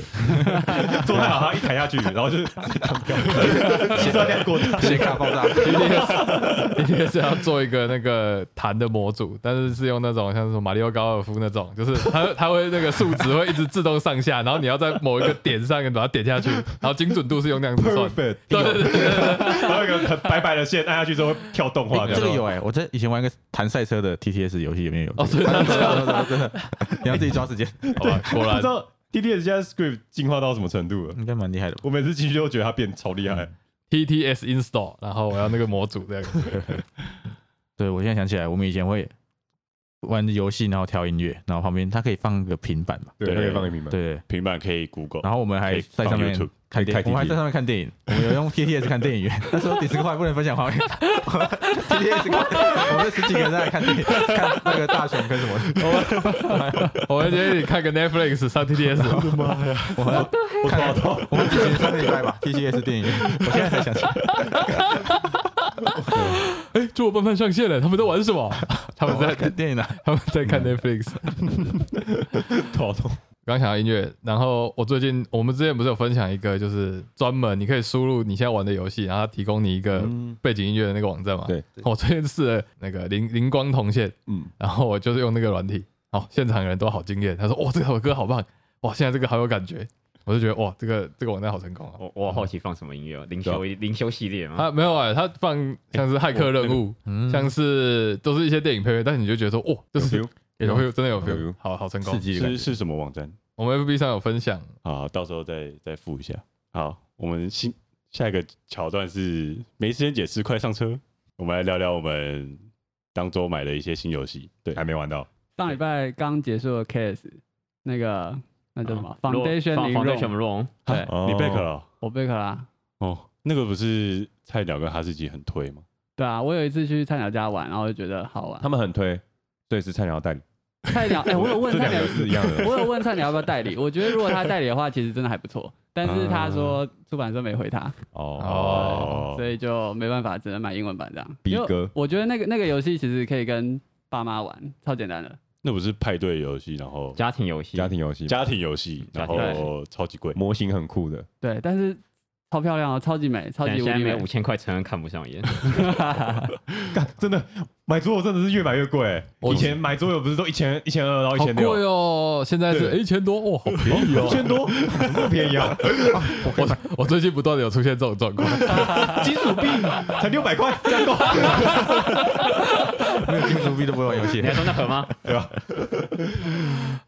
S7: 做太好它一弹下去，然后就是直接弹掉，计算量过大，
S6: 显卡爆炸。
S3: TTS 要做一个那个弹的模组， 但是是用那种像什么马里奥高尔夫那种，就是它 它会那个数值会一直自动上下，然后你要在某一个点上把它点下去，然后精准度是用那样子 算的。
S7: perfect，
S3: 对对对对对对，
S7: 然后有一个很白白的线按下去之后会跳 动画
S6: 这
S7: 这
S6: 个
S7: 样。
S6: 有哎，我在以前玩一个弹赛车的 TTS 游戏里面有。啊
S3: 哦，所以
S6: 真的真的，你要自己抓 时间，
S3: 好吧，果
S7: 不
S3: 然
S7: 知道 TDS 现在 script 进化到什么程度了？
S6: 应该蛮厉害的吧。
S7: 我每次进去都觉得它变超厉害。
S3: TTS install，然后我要那个模组这 样。
S6: 对，我现在想起来，我们以前会玩游戏，然后调音乐，然后旁边它可以放个平板吧？
S4: 对
S7: 对，可以放一屏吗？
S6: 对，
S4: 平板可以 Google，
S6: 然后我们还
S4: 可以
S6: 在上
S4: 放
S6: 面
S4: YouTube
S6: 看电
S7: 可以开
S6: 影，我们还
S7: TTS
S6: 在上面看电影，我们有用 PTS 看 电影院，那时候 Discord 不能分享 画面，PTS 看，我们十几个人在那看电影，看那个大熊跟什么的，
S3: 我们今天你看个 Netflix 上 TTS，
S6: 我们我看到，我们之前上个礼拜吧，TTS 电影院，我现在才想起来，
S3: 哎，中国拌饭上线了，他们在玩什么？ 他们
S6: 我在
S3: 在
S6: 看电影啊，
S3: 他们在看 Netflix。
S7: 头好痛。
S3: 刚想到音乐，然后我最近我们之前不是有分享一个，就是专门你可以输入你现在玩的游戏，然后它提供你一个背景音乐的那个网站嘛。
S7: 对，
S3: 我最近试了那个灵灵光铜线，
S7: 嗯，
S3: 然后我就是用那个软体，哦，现场的人都好惊艳，他说哇哦这首歌好棒，哇现在这个好有感觉，我就觉得哇这个这个网站好成功啊。
S5: 我我好奇放什么音乐哦，灵修灵修系列吗？
S3: 他没有啊、他放像是骇客任务，
S6: 嗯
S3: 像是都是一些电影配乐，但是你就觉得说哇，就是有 feel，真的有 feel，
S7: feel
S3: 好好成功
S6: 刺。激的感
S4: 是
S6: 觉，
S4: 是什么网站？
S3: 我们 FB 上有分享，
S4: 好，到时候再再附一下。好，我们新下一个桥段是没时间解释，快上车。我们来聊聊我们当周买的一些新游戏。对，
S7: 还没玩到。
S2: 上礼拜刚结束的 case，那个那叫什
S3: 啊
S2: 么 Foundation in
S5: Foundation Room，
S2: Rome，对
S4: 你 back 了哦
S2: 我贝克啦。
S4: 哦，那个不是菜鸟跟哈士奇很推吗？
S2: 对啊，我有一次去菜鸟家玩，然后就觉得好玩
S7: 他。们很推，所以是菜鸟代理。
S2: 菜鸟，哎，我有问
S7: 这
S2: 菜
S7: 两
S2: 鸟
S7: 个，是一样 的。
S2: 我有问菜鸟要不要代理。我觉得如果他代理的话，其实真的还不错。但是他
S3: 啊
S2: 说出版社没回他，
S3: 哦
S7: 哦，
S2: 所以就没办法，只能买英文版这样。
S7: 逼
S2: 因为
S7: 格
S2: 我觉得那个那个游戏其实可以跟爸妈玩，超简单的。
S4: 那不是派对游戏，然后
S5: 家庭游戏，
S7: 家庭游戏，
S4: 家庭游戏，
S5: 家
S4: 然
S5: 庭
S2: 游戏
S4: 后超级贵。
S7: 模型很酷的，
S2: 对，但是超漂亮哦，超级美，超
S5: 但
S2: 级无
S5: 现在
S2: 敌
S5: 没有
S2: 美
S5: 五。千块，承认看不上 眼。
S7: 干真的买桌游真的是越买越贵。欸
S3: 我
S7: 以前买桌游不是都一千一千二到一
S3: 好
S7: 千六
S3: 贵，哦，现在是
S7: 对
S3: 诶一千多，哇，好便宜
S7: 一千多，不便宜啊，
S3: 我我最近不断的有出现这种状况，
S7: 金属币才六百块，这样够？
S6: 没有金属币都不会玩游戏
S5: 你，还说那盒吗？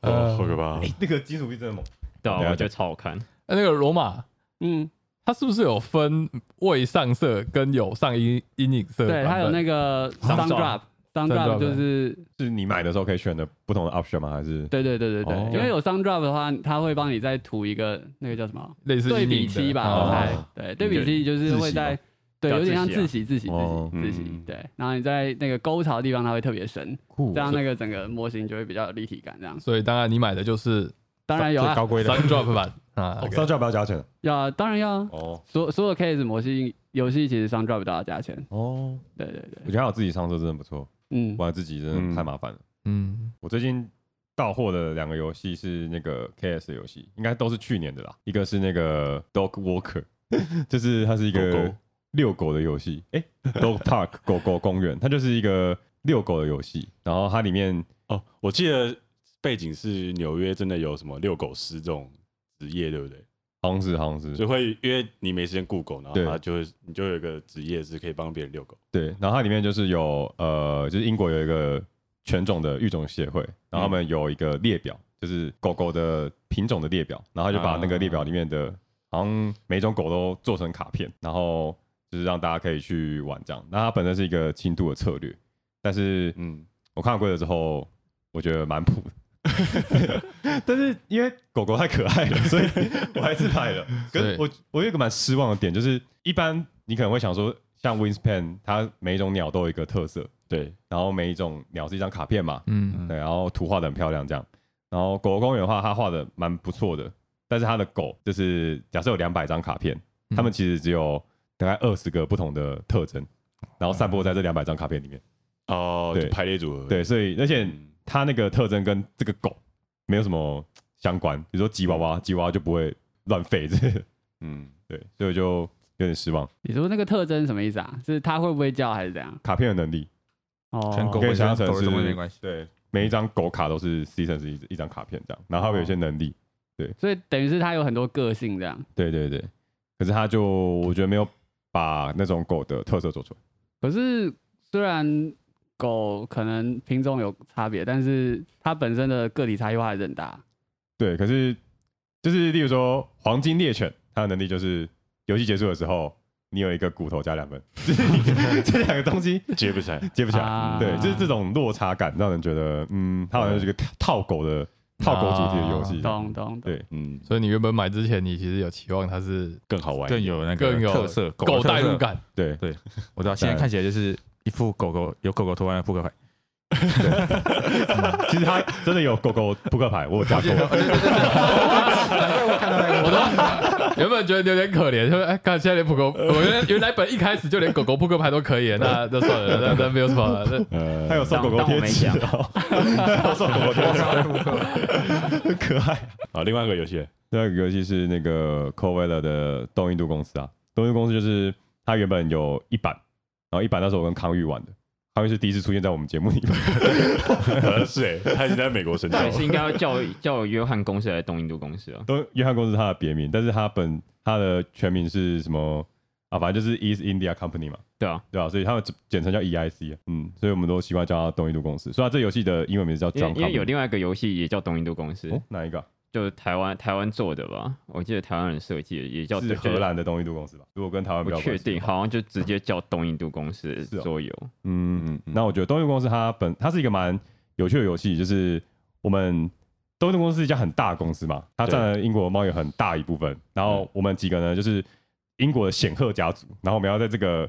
S4: 哦，好可怕！
S7: 哎那个金属币真的猛，
S5: 对啊，
S7: 了解
S5: 我觉得超好 看。
S3: 呃那个罗马，
S2: 嗯，
S3: 它是不是有分未上色跟有上阴阴影色？
S2: 对，它有那
S3: 个，
S2: 个 Sun Drop。
S3: Sun
S2: Sun
S3: drop
S2: Drop 就是
S7: 是你买的时候可以选的不同的 option 吗？还是
S2: 对对对对
S7: 哦
S2: 对，因为有 Sun Drop 的话，它会帮你再涂一个那个叫什么
S3: 类似
S2: 对
S3: 阴影
S2: 比
S3: 的
S2: 漆吧，
S3: 哦
S2: 我猜对，对比漆就是会在对，
S5: 要
S2: 有点像
S5: 自洗啊
S2: 自洗自洗
S7: 哦
S2: 自洗自洗
S4: 嗯。
S2: 对，然后你在那个沟槽的地方，它会特别深，
S7: 酷
S2: 这样那个整个模型就会比较有立体感。这样
S3: 所以当然你买的就是
S2: 当然有
S7: 最
S2: 啊，
S7: 高规的
S3: Sun Drop 版啊，
S7: 哦
S3: OK
S7: 上架不要加钱
S2: 要啊当然要啊。
S7: 哦
S2: 所所有 case 模型游戏其实上 drop 都要加钱。
S7: 哦，
S2: 对对对，
S7: 我觉得我自己上车真的不错，
S2: 嗯，
S7: 玩自己真的太麻烦了。
S3: 嗯，
S7: 我最近到货的两个游戏是那个 KS 的游戏，应该都是去年的啦。一个是那个 Dog Walker，就是它是一
S4: 狗
S7: 个
S4: 狗
S7: 遛狗的游戏，哎、d o g Park 狗狗公园，它就是一个遛狗的游戏。然后它里面
S4: 哦，我记得背景是纽约真的有什么遛狗师这种职业，对不对？
S7: 好像是好像是
S4: 所以会因为你没时间雇狗，然后
S7: 对
S4: 他就会你就有一个职业是可以帮别人遛狗。
S7: 对，然后它里面就是有呃，就是英国有一个犬种的育种协会，
S4: 嗯
S7: 然后他们有一个列表，就是狗狗的品种的列表，然后就把那
S4: 啊
S7: 个列表里面的，好像每种狗都做成卡片，然后就是让大家可以去玩这样。那它本身是一个轻度的策略，但是
S4: 嗯，
S7: 我看了规则之后，我觉得 蛮普的。但是因为狗狗太可爱了，所以我还是买 了。可是
S3: 对
S7: 我我有一个蛮失望的点，就是一般你可能会想说，像 Wingspan，它每一种鸟都有一个特色，
S4: 对，
S7: 然后每一种鸟是一张卡片嘛，
S3: 嗯，
S7: 对，然后图画的很漂亮这样。然后狗狗公园的话，它画的蛮不错的，但是它的狗就是假设有两百张卡片，它们其实只有大概二十个不同的特征，然后散播在这两百张卡片里面。
S4: 哦，
S7: 对
S4: 就排列组合，
S7: 对，所以而且
S4: 嗯，
S7: 它那个特征跟这个狗没有什么相关。比如说吉娃娃，吉娃娃就不会乱吠这些，
S4: 嗯，
S7: 对，所以我就有点失望。
S2: 你说那个特征什么意思啊？是它会不会叫还是怎样？
S7: 卡片的能力，
S2: 哦，
S6: 全狗
S7: 可以
S6: 跟
S7: 想象
S6: 狗
S7: 成
S6: 的
S7: 是
S6: 中文没关系。
S7: 对，每一张狗卡都是 season 是一一张卡片这样，然后它会有一些能力，
S2: 所以等于是它有很多个性这样。
S7: 对对对。可是它就我觉得没有把那种狗的特色做出来，
S2: 可是虽然狗可能品种有差别，但是它本身的个体差异化还是很大。
S7: 对。可是就是例如说黄金猎犬，它的能力就是游戏结束的时候，你有一个骨头加两分， 这两个东西
S4: 接不起来，
S7: 接不起来。
S2: 啊
S7: 对，就是这种落差感，让人觉得，嗯，它好像是一个套狗的套狗主题的游戏。
S2: 啊懂懂懂。
S7: 对
S4: 嗯，
S3: 所以你原本买之前，你其实有期望它是
S4: 更好玩，
S6: 更有那个
S3: 更有
S6: 特色，
S3: 狗
S6: 的特
S3: 代
S6: 色
S3: 入。感，
S7: 对，
S6: 我知道，现在
S7: 对
S6: 看起来就是一副狗狗有狗狗图案的扑克牌。
S7: 其实它真的有狗狗扑克牌，我有加过。
S6: 我看到那
S3: 我都原本觉得有点可怜，就是哎，看现在连扑克，我原来原来本一开始就连狗狗扑克牌都可以，那那算了，那那没有什么，那
S4: 呃，
S7: 还有送狗狗贴纸哦， 还有送狗狗贴纸，很可爱。
S4: 啊，另外一个游戏，
S7: 第二个游戏是那个 c o v e l a 的东印度公司啊，东印度公司就是它原本有一版，然后一版那时候我跟康玉玩的，康玉是第一次出现在我们节目里面。
S4: 好像是哎，他已经在美国深造
S5: 到底是
S4: 了，
S5: 应该要叫叫约翰公司还是东印度公司啊？
S7: 都约翰公司是他的别名，但是他本他的全名是什么啊？反正就是 East India Company 嘛，
S5: 对啊，
S7: 对吧、所以他们简称叫 EIC，嗯，所以我们都习惯叫它东印度公司。虽然这游戏的英文名字叫
S5: 因为
S7: Drum
S5: 因为有
S7: Company，
S5: 另外一个游戏也叫东印度公司，
S7: 哦，哪一个啊、
S5: 就是台湾台湾做的吧？我记得台湾人设计的也叫
S7: 是
S5: 就是
S7: 荷兰的东印度公司吧？如果跟台湾比
S5: 不
S7: 较
S5: 确定，好像就直接叫东印度公司
S7: 是哦
S5: 桌游。
S7: 嗯嗯
S4: 嗯
S7: 嗯。那我觉得东印度公司它本它是一个蛮有趣的游戏，就是我们东印度公司是一家很大的公司嘛，它占了英国贸易很大一部分。然后我们几个呢，就是英国的显赫家族，然后我们要在这个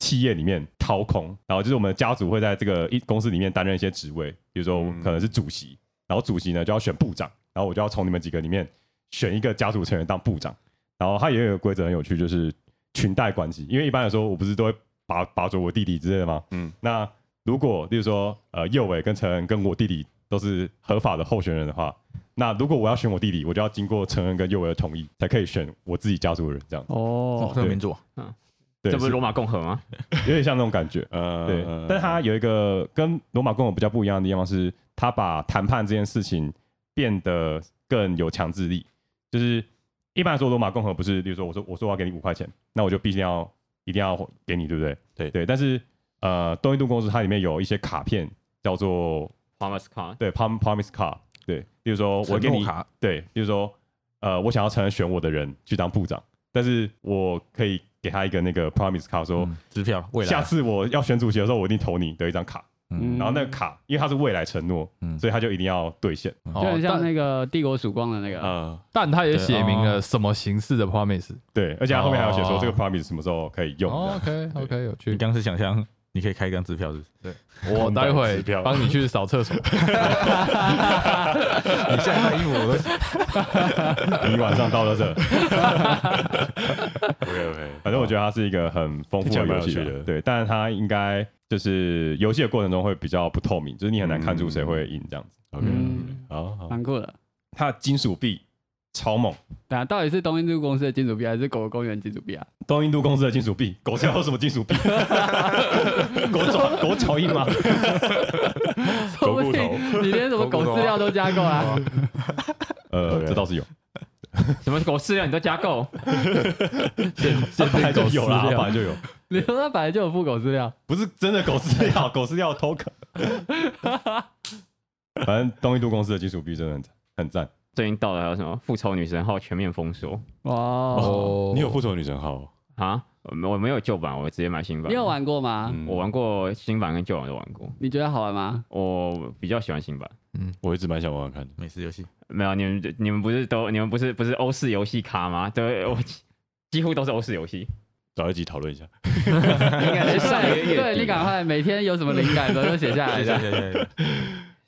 S7: 企业里面掏空，然后就是我们的家族会在这个一公司里面担任一些职位，比如说
S4: 嗯
S7: 可能是主席，然后主席呢就要选部长，然后我就要从你们几个里面选一个家族成员当部长。然后它也有一个规则很有趣，就是裙带关系，因为一般来说我不是都会拔拔走我弟弟之类的吗？
S4: 嗯
S7: 嗯，那如果例如说呃右伟跟陈恩跟我弟弟都是合法的候选人的话，那如果我要选我弟弟，我就要经过陈恩跟右伟的同意才可以选我自己家族的人，这样
S2: 哦
S6: 哦，，这个名作，
S7: 对，
S5: 这不是
S7: 是
S5: 罗马共和 吗？
S7: 有点像那种感觉。嗯
S4: 呃，
S7: 对
S4: 呃，
S7: 但他有一个跟罗马共和比较不一样的地方是，他把谈判这件事情变得更有强制力。就是一般来说，罗马共和不是，例如说，我说我说我要给你五块钱，那我就必定要一定要给你，对不对？
S4: 对
S7: 对。但是呃，东印度公司它里面有一些卡片叫做
S5: Promise Card，
S7: 对 prom promise card，对，例如说我给
S6: 承
S7: 你
S6: 诺卡，
S7: 对，比如说，呃，我想要承认选我的人去当部长，但是我可以给他一个那个 promise card，说、
S6: 嗯支票，未来
S7: 下次我要选主席的时候，我一定投你的一张卡。
S2: 嗯
S7: 然后那个卡，因为它是未来承诺，
S8: 嗯
S7: 所以它就一定要兑现。
S2: 就很像
S3: 哦但
S2: 那个帝国曙光的那个，
S7: 啊
S4: 嗯，
S3: 但他也写明了什么形式的 promise。
S7: 对，而且它后面还有写说
S3: 哦
S7: 这个 promise 什么时候可以用。
S4: 哦
S7: 这样
S3: OK OK，有
S6: 你
S3: 趣。
S6: 刚是想象你可以开一张支票，是不是？
S3: 我待会
S4: 支票
S3: 帮你去扫厕所。
S6: 你下一套衣服我都
S7: 你晚上到 了这，
S4: OK OK，
S7: 反正我觉得它是一个很丰富
S4: 听起来
S7: 的
S4: 蛮
S7: 游
S4: 有
S7: 戏
S4: 趣
S7: 啊
S4: 的，
S7: 对，但是它应该就是游戏的过程中会比较不透明，就是你很难看出谁会赢这样子。
S4: 得 OK，
S2: 嗯，
S4: 嗯好好，
S2: 蛮酷的。
S7: 它的金属币超猛，
S2: 对啊，到底是东印度公司的金主币还是狗狗公园金主币啊？
S7: 东印度公司的金属币，狗叫有什么金属 币？狗爪狗脚印吗？
S2: 说不定你连什么狗饲料都加啊够啦。
S7: 呃，
S4: OK
S7: 这倒是有，
S5: 什么狗啊饲料你都加够，
S7: 这本来就有啦，
S3: 狗饲料
S7: 本来就有，
S2: 你说他本来就有副狗饲料，
S7: 不是真的狗饲 料，狗饲料 token。反正东印度公司的金属币真的很赞很赞，
S5: 最近到了还有什么复仇女神号全面封锁
S2: 哇哦，
S3: 哦
S4: 你有复仇女神号哦？
S5: 啊？我没我没有旧版，我直接买新版。
S2: 你有？玩过吗？
S4: 嗯
S5: 我玩过新版跟旧版都玩过，
S2: 你觉得好玩吗？
S5: 我比较喜欢新版。
S4: 我一直蛮想玩玩看的。
S6: 美食游戏，
S5: 没有，你们你们不是都你们不是不是欧式游戏咖吗？对，我几几乎都是欧式游戏，
S4: 找一集讨论一下。
S5: 应该是上个月底
S2: 对你赶快每天有什么灵感的都写下来
S6: 谢
S2: 一下
S6: 谢。谢谢谢谢。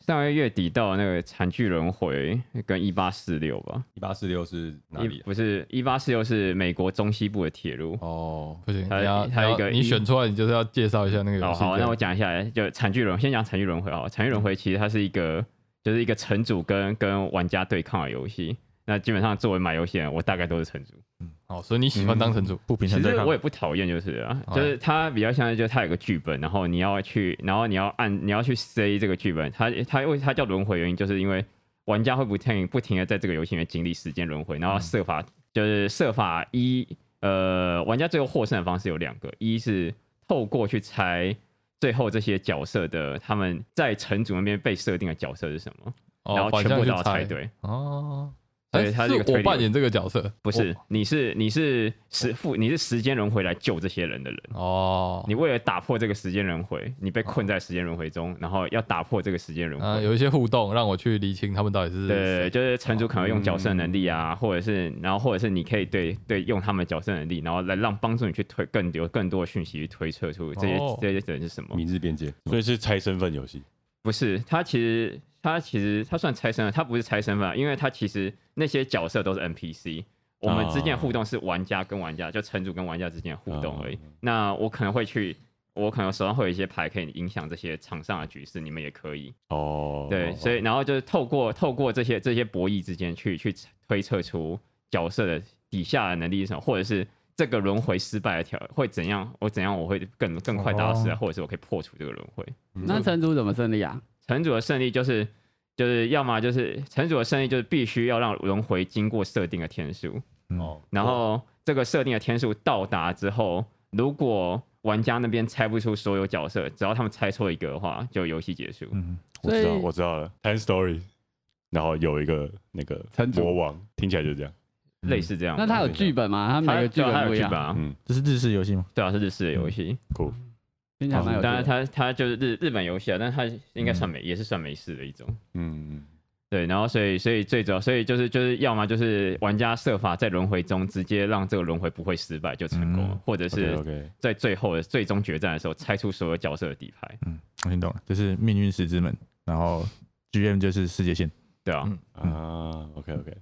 S5: 上个月底到那个惨剧轮回跟一八四六吧，
S7: 一八四六是哪
S5: 一
S7: 里啊？
S5: 不是一八四六是美国中西部的铁路。
S4: 哦，
S3: 不行，
S5: 还
S3: 你要
S5: 还有一个
S3: 你要你选出来，你就是要介绍一下那个游
S5: 哦，
S3: 戏。
S5: 好，那我讲一下，就惨剧轮，先讲惨剧轮回啊。惨剧轮回其实它是一个，就是一个城主跟跟玩家对抗的游戏。那基本上作为买游戏的人，我大概都是城主。
S3: 哦，所以你喜欢当城主，
S6: 不平
S5: 其
S6: 衡对
S5: 实
S6: 抗
S5: 我也不讨厌，就是啊，
S3: 哎
S5: 就是它比较像是，就是它有个剧本，然后你要去，然后你要按你要去塞这个剧本。它它因为它叫轮回，原因就是因为玩家会不停不停的在这个游戏里面经历时间轮回，然后设法、就是设法一呃，玩家最后获胜的方式有两个，一是透过去猜最后这些角色的他们在城主那边被设定的角色是什么，
S3: 哦
S5: 然后
S3: 反
S5: 全
S3: 向
S5: 部
S3: 去
S5: 都要
S3: 猜
S5: 猜。对。
S3: 哦，
S5: 所以
S3: 哎
S5: 它
S3: 是
S5: 这个推
S3: 我
S5: 理
S3: 扮演这个角色，
S5: 不是，你是你是时复你是时间轮回来救这些人的人，
S3: 我哦，
S5: 你为了打破这个时间轮回，你被困在时间轮回中，然后要打破这个时间轮
S3: 啊，
S5: 回。
S3: 有一些互动，让我去厘清他们到底是嗯
S5: 对，
S3: 谁
S5: 就是城主可能用角色能力啊，或者是然后或者是你可以对对用他们的角色能力，然后来让帮助你去推更有更多的讯息去推测出这些、
S3: 哦
S5: 这些人是什么。
S7: 明日边界，
S4: 所以是猜身份游戏。
S5: 不是，他其实他其实他算拆身份，他不是拆身份啊，因为他其实那些角色都是 NPC。我们之间的互动是玩家跟玩家，就城主跟玩家之间的互动而
S4: 哦
S5: 已。那我可能会去，我可能手上会有一些牌可以影响这些场上的局势，你们也可以。
S4: 哦，
S5: 对，所
S4: 以
S5: 以然后就是透过透过这些这些博弈之间去去推测出角色的底下的能力是什么，或者是这个轮回失败的条会怎样，我怎样我会更更快达到失败，
S4: 哦
S5: 或者是我可以破除这个轮回。
S2: 那城主怎么胜利啊？
S5: 城主的胜利就是就是要么就是城主的胜利就是必须要让轮回经过设定的天数，
S2: 嗯
S7: 哦，
S5: 然后这个设定的天数到达之后，如果玩家那边猜不出所有角色，只要他们猜错一个的话，就游戏结束。
S2: 嗯
S6: 嗯
S4: 我知道
S2: 所以
S4: 我知道了，Ten Story，然后有一个那个
S1: 城主
S4: 国王，听起来就是这样。
S5: 类似这样。
S2: 那他有剧本吗？他嗯
S5: 它
S2: 每个剧
S5: 对啊它
S2: 本
S5: 有
S2: 不一
S5: 剧
S2: 样
S5: 本，啊，
S6: 这是日式游戏吗？
S5: 对啊，是日式的游戏，
S2: 听起来蛮有趣
S5: 当然
S2: 的。
S5: 它它就是日日本游戏啊，但是它应该
S2: 嗯
S5: 算美也是算美式的一种。
S4: 嗯，
S5: 对，然后所以所以最主要，所以就是就是要么就是玩家设法在轮回中直接让这个轮回不会失败就成功了，
S6: 嗯
S5: 或者是
S4: OK，
S5: 在最后的最终决战的时候猜出所有角色的底牌，
S6: 我听懂了，就是命运石之门，然后 GM 就是世界线。
S5: 对啊，
S6: 嗯
S4: 啊，OK OK，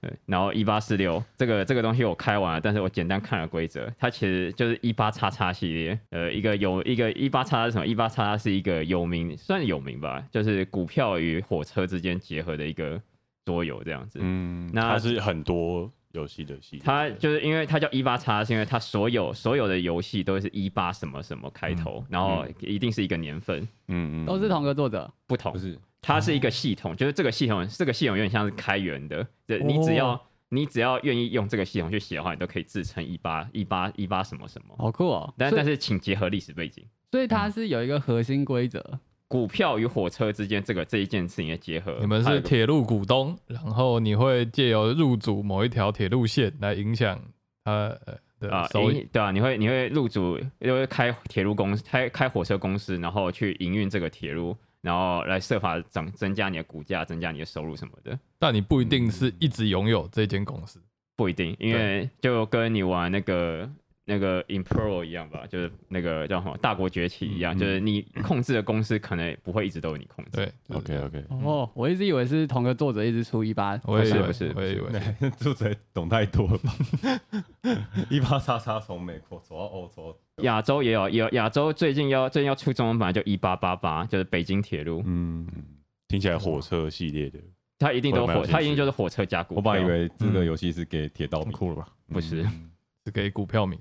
S5: 对，然后一八四六这个这个东西我开完了，但是我简单看了规则，它其实就是一八叉叉系列，呃，一个有一个一八叉叉是什么？一八叉叉是一个有名，算有名吧，就是股票与火车之间结合的一个桌游这样子。
S4: 嗯，
S5: 那
S4: 它是很多游戏的系列，
S5: 它就是因为它叫一八叉，是因为它所有所有的游戏都是一八什么什么开头，
S3: 嗯
S5: 然后一定是一个年份
S4: 嗯嗯，
S2: 都是同个作者，
S5: 不同
S7: 不，是
S5: 它是一个系统，就是这个系统，这个系统有点像是开源的，对你只
S2: 哦
S5: 要、你只要愿意用这个系统去写的话，你都可以自称一八一八一八什么什么。
S2: 好酷哦！
S5: 但
S2: 所以
S5: 但是请结合历史背景，
S2: 所以它是有一个核心规则，
S5: 股票与火车之间这个这一件事情的结合，
S3: 你们
S5: 还
S3: 是
S5: 有个
S3: 铁路股东，然后你会借由入主某一条铁路线来影响他呃对
S5: 啊，
S3: 手
S5: 营对啊，你会你会入主，就会开铁路公司，开开火车公司，然后去营运这个铁路，然后来设法涨增加你的股价，增加你的收入什么的，
S3: 但你不一定是一直拥有这间公司。
S5: 不一定，因为就跟你玩那个那个 Imperial 一样吧，就是那个叫什么大国崛起一样，就是你控制的公司可能不会一直都有你控制。
S3: 对就是
S4: OK OK，
S2: 哦，我一直以为是同个作者一直出一八，
S3: 我也以为
S5: 不是不
S3: 我也以为是，
S7: 作者懂太多了吧？ 一八叉叉从美国走到欧洲，
S5: 亚洲也有，有亚洲最近要最近要出中文版，就一八八八，就是北京铁路，
S7: 嗯，
S4: 听起来火车系列的
S5: 它一定都
S4: 我也蛮有兴
S5: 火，
S4: 趣
S5: 它一定就是火车加股
S7: 我
S5: 票。
S7: 本来以为嗯这个游戏是给铁道迷，酷了吧？
S5: 不是，
S3: 嗯是给股票民。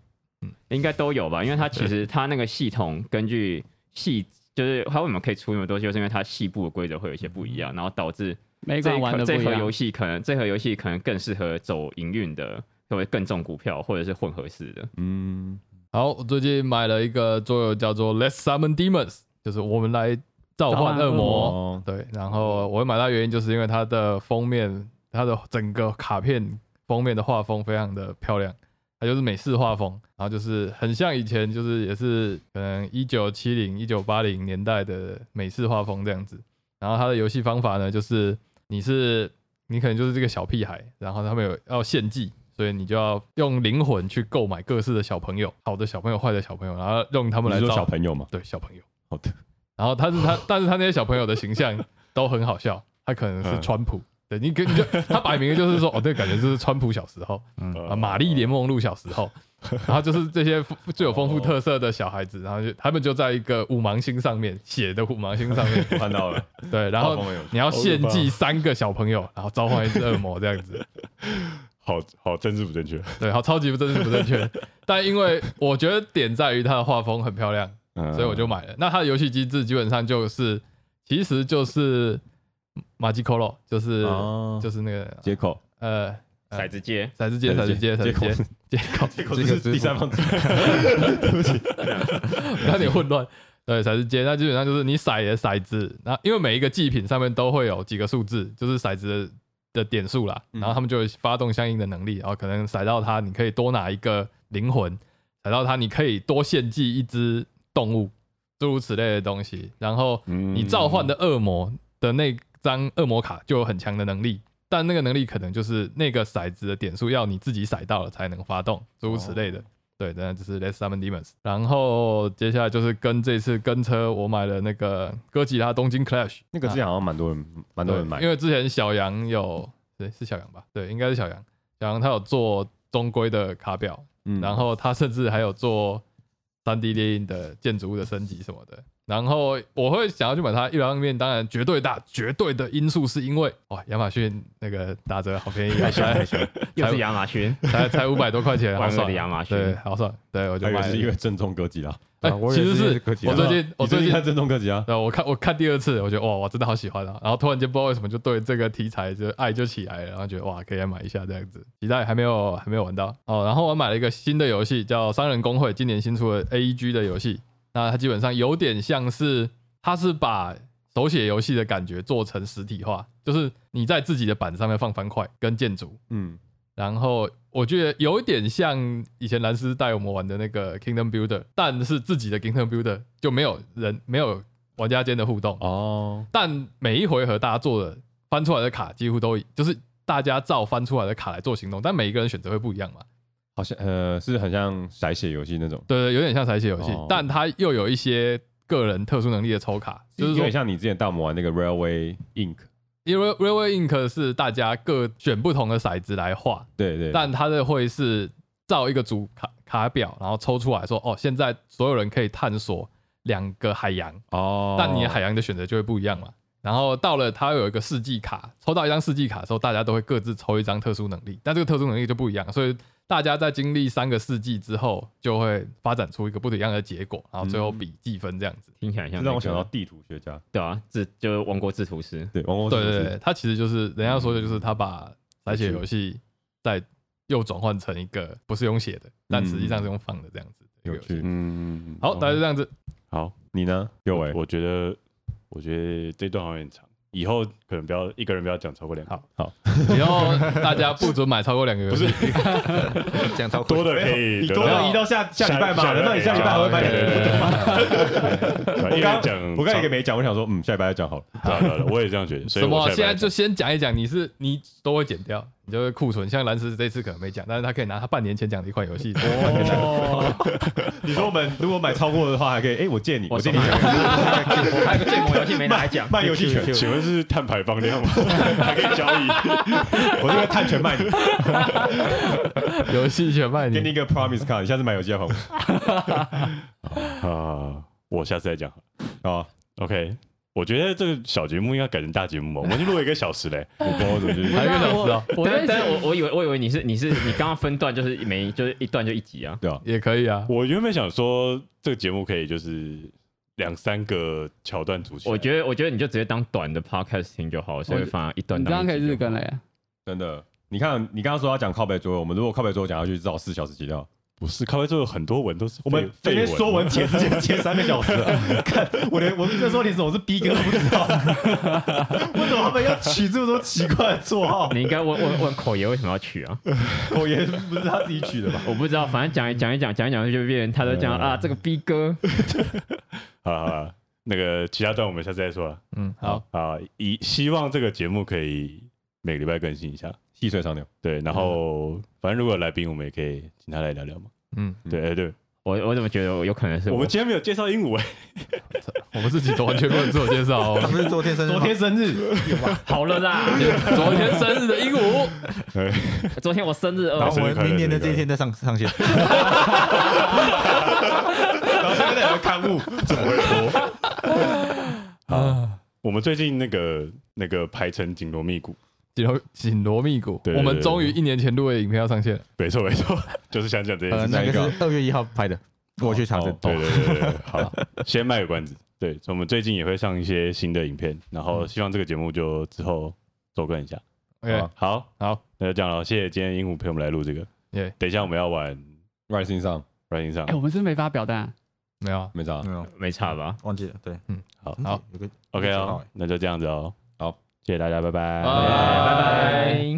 S5: 应该都有吧，因为它其实它那个系统根据系，就是它为什么可以出那么多，就是因为它细部的规则会有一些不一样，然后导致
S2: 每
S5: 这
S2: 款
S5: 一
S2: 玩
S5: 盒
S2: 的不
S5: 这
S2: 一
S5: 盒游
S2: 样。
S5: 戏可能这盒游戏可能更适合走营运的，或者更重股票或者是混合式的。
S7: 嗯，
S3: 好，我最近买了一个桌游，叫做《Let's Summon Demons》，就是我们来召唤恶
S2: 召唤恶
S3: 魔
S2: 魔。
S7: 哦，
S3: 对，然后我会买它的原因就是因为它的封面，它的整个卡片封面的画风非常的漂亮，它就是美式画风，然后就是很像以前就是也是可能一九七零、一九八零年代的美式画风这样子。然后它的游戏方法呢，就是你是你可能就是这个小屁孩，然后他们有要献祭，所以你就要用灵魂去购买各式的小朋友，好的小朋友、坏的小朋友，然后用他们
S7: 你
S3: 来
S7: 是说
S3: 造
S7: 小朋友吗？
S3: 对小朋友。
S7: 好的，
S3: 然后他是他， 但是他那些小朋友的形象都很好笑，他可能是川普。对你跟你就他摆明了就是说，哦，这个感觉就是川普小时候，啊，玛丽莲梦露小时候，然后就是这些丰最有丰富特色的小孩子，然后就他们就在一个五芒星上面写的五芒星上面，
S7: 我看到了，
S3: 对，然后
S7: 画风有
S3: 你要献祭三个小朋友，然后召唤一只恶魔这样子，
S4: 好好政治不正确，
S3: 对，好，超级不正确不正确。但因为我觉得点在于它的画风很漂亮，
S4: 嗯
S3: 所以我就买了。那它的游戏机制基本上就是，其实就是马吉 c o l o 就是、
S7: 哦
S3: 就是那个
S7: 接口，
S3: 呃
S5: 骰子街，
S3: 骰子接骰
S7: 骰
S3: 子
S7: 子
S3: 接
S7: 街
S3: 骰子接接口，
S7: 接口是第三方，
S3: 有点混乱。对，骰子接，那基本上就是你骰的骰子，那因为每一个祭品上面都会有几个数字，就是骰子的的点数啦，然后他们就会发动相应的能力，然后可能骰到它，你可以多拿一个灵魂；骰到它，你可以多献祭一只动物，诸如此类的东西。然后你召唤的恶魔的那张恶魔卡就有很强的能力，但那个能力可能就是那个骰子的点数要你自己骰到了才能发动，诸如此类
S7: 哦
S3: 的。对，那就是 Let's Summon Demons。然后接下来就是跟这次跟车，我买了那个哥吉拉东京 Clash， 啊
S7: 那个之前好像蛮多人，蛮多人买
S3: 对因，为之前小杨有，对，是小杨吧？对，应该是小杨。小杨他有做中规的卡表，
S7: 嗯
S3: 然后他甚至还有做三 D 猎印的建筑物的升级什么的。然后我会想要去买它，一方面当然绝对大绝对的因素是因为哇，亚马逊那个打折好便宜啊，才
S5: 又是亚马 逊，
S3: 才才五百多块钱，好
S5: 万恶
S3: 爽啊
S5: 的亚马逊。
S3: 对，好爽，对我就
S7: 还以
S3: 买
S7: 为
S3: 了
S7: 是因为正宗哥吉拉，
S3: 哎、
S6: 啊我
S3: 其
S6: 也
S3: 实
S6: 是
S3: 是
S6: 哥吉
S3: 我
S6: 拉
S3: 最近我
S7: 你最
S3: 最
S7: 近
S3: 近
S7: 看正宗哥吉拉，
S3: 对，啊我看我看第二次，我觉得哇，我真的好喜欢啊！然后突然间不知道为什么就对这个题材就爱就起来了，然后觉得哇，可以来买一下这样子。期待还没有还没有玩到哦。然后我买了一个新的游戏叫《商人工会》，今年新出的 AEG 的游戏。那它基本上有点像是，它是把手写游戏的感觉做成实体化，就是你在自己的板上面放方块跟建筑，
S7: 嗯，
S3: 然后我觉得有一点像以前蓝斯带我们玩的那个 Kingdom Builder，但是自己的 Kingdom Builder 就没有人没有玩家间的互动，
S7: 哦，
S3: 但每一回合大家做的翻出来的卡几乎都就是大家照翻出来的卡来做行动，但每一个人选择会不一样嘛。
S7: 好像呃，是很像骰血游戏那种，
S3: 对对，有点像彩写游戏，
S7: 哦
S3: 但它又有一些个人特殊能力的抽卡，就
S7: 就是是有
S3: 说
S7: 点像你之前带我们玩那个 Railway Inc，
S3: 因为 Railway Ink 是大家各选不同的骰子来画，
S7: 对对，
S3: 但它的会是照一个主卡卡表，然后抽出来说，哦，现在所有人可以探索两个海洋，
S7: 哦，
S3: 但你的海洋的选择就会不一样嘛。然后到了它有一个世纪卡，抽到一张世纪卡的时候，大家都会各自抽一张特殊能力，但这个特殊能力就不一样，所以大家在经历三个世纪之后，就会发展出一个不一样的结果，然后最后比计分这样子。
S5: 听起来像、那
S7: 这
S5: 个
S7: 让我想到地图学家，
S5: 对啊，制就是王国制图师，
S7: 对，王国
S3: 对对对，它其实就是人家说的，就是他把来写游戏再又转换成一个不是用写的，但实际上是用放的这样子。
S7: 有趣。
S4: 嗯，
S3: 好，大概就这样子。
S4: 好，
S7: 你呢？有为
S4: 我觉得，我觉得这段好像有点长，以后可能不要一个人不要讲超过两个，
S3: 以后大家不准买超过两个游戏，不是
S6: 讲超
S4: 多的可以
S6: 你
S4: 对
S6: 多的移到下下礼拜嘛，难道你下礼拜还会买两个？
S4: 对
S7: 我
S4: 因为
S7: 刚
S4: 讲
S7: 我刚有一个没讲，我想说，嗯，下礼拜再讲好了。
S4: 对对对我也这样觉得，所以
S3: 什
S4: 我
S3: 么？
S4: 下礼拜
S3: 现在就先讲一讲，你是你都会剪掉，你就会库存。像蓝石这次可能没讲，但是他可以拿他半年前讲的一款 游戏，
S7: 哦，你说我们如果买超过的话，还可以，哎，我借你，我借你两个
S8: 我 还有个最萌游戏没拿来讲，
S7: 卖游戏权，
S4: 请问是碳排放量吗？还可以交 易？
S7: 我这个碳权卖你，
S3: 游戏全卖
S7: 给你
S3: 你。
S7: 一个 promise card，你下次买游戏要还我。
S4: 啊，我下次再讲。
S7: 好啊，
S4: OK，我觉得这个小节目应该改成大节目吧，我们就录了一个小时嘞。
S7: 我不知道怎么去
S3: 还有一个小时哦，
S2: 我
S5: 但
S2: 在
S5: 但
S2: 想
S5: 是我我以为我以为你是你是你刚刚分段就是每就是一段就一集啊，
S3: 也可以啊。
S4: 我原本想说这个节目可以就是两三个桥段组起来，
S5: 我
S4: 得
S5: 觉得我觉得你就直接当短的 podcast 听就好，所以放一段
S2: 你这
S5: 当
S2: 样
S5: 一集就好。
S2: 可以日更嘞，
S7: 真的。你看，你刚刚说要讲靠背桌游，我们如果靠背桌游讲下去，至少四小时起跳。
S4: 不是，咖啡座有很多文都是
S7: 我们这
S4: 废
S7: 边
S4: 文
S7: 说文解字解解三个小时了，看我连我那时候连什么是逼哥都不知道， 为什么他们要取这么多奇怪的绰号？
S5: 你应该问问问口爷为什么要取啊？
S7: 口爷不是他自己取的吧？
S5: 我不知道，反正讲一讲一讲讲一讲就变，他都讲啊这个逼哥，
S4: 啊。那个其他段我们下次再说了。
S3: 嗯，好，
S4: 啊，以希望这个节目可以每个礼拜更新一下。
S7: 细水长流，
S4: 对，然后
S7: 嗯
S4: 反正如果有来宾，我们也可以请他来聊聊嘛。
S3: 嗯，
S4: 对，哎对，
S5: 我我怎么觉得我有可能是
S4: 我
S5: 我
S4: 们今天没有介绍鹦鹉哎，
S3: 我们自己都完全不能自我 介绍
S6: 他
S3: 哦。
S6: 不是昨天 生日吗，
S7: 昨天生日，
S5: 好了啦，
S3: 昨天生日的鹦鹉，
S5: 昨天我生日
S6: 然
S5: 哦
S6: 后，我
S4: 生日快乐
S6: 们明年的这一天再上上线，
S7: 然后现在有个刊物，
S4: 怎么会播？好， 我们最近那个那个排成紧锣密鼓，
S3: 紧锣紧锣密鼓。
S4: 对对
S3: 我们终于一年前录的影片要上线了。
S4: 没错没错， 就是想讲这件
S6: 呃，
S4: 事情。
S6: 那个
S7: 哪一
S6: 是二月一号拍的，我去查
S4: 哦
S6: 证。
S4: 对对对对对，好， 先卖个关子。对，所以我们最近也会上一些新的影片，然后希望这个节目就之后周更一下。
S3: OK，
S4: 好，
S3: 好，
S4: 那就这样了，谢谢今天鹦鹉陪我们来录这个。
S3: 耶，
S4: 等一下我们要玩
S7: Rising 上
S4: Rising 上
S2: 哎，我们是不是没发表单啊，
S3: 没有啊，
S7: 没啥
S6: 没，有
S5: 没差吧？
S6: 哦忘记了，对，嗯
S4: 好
S3: 好
S6: 有个
S4: OK
S6: 好
S4: 哦，那就这样子哦。
S7: 好，
S4: 谢谢大家，拜拜。
S3: 拜
S5: 拜拜。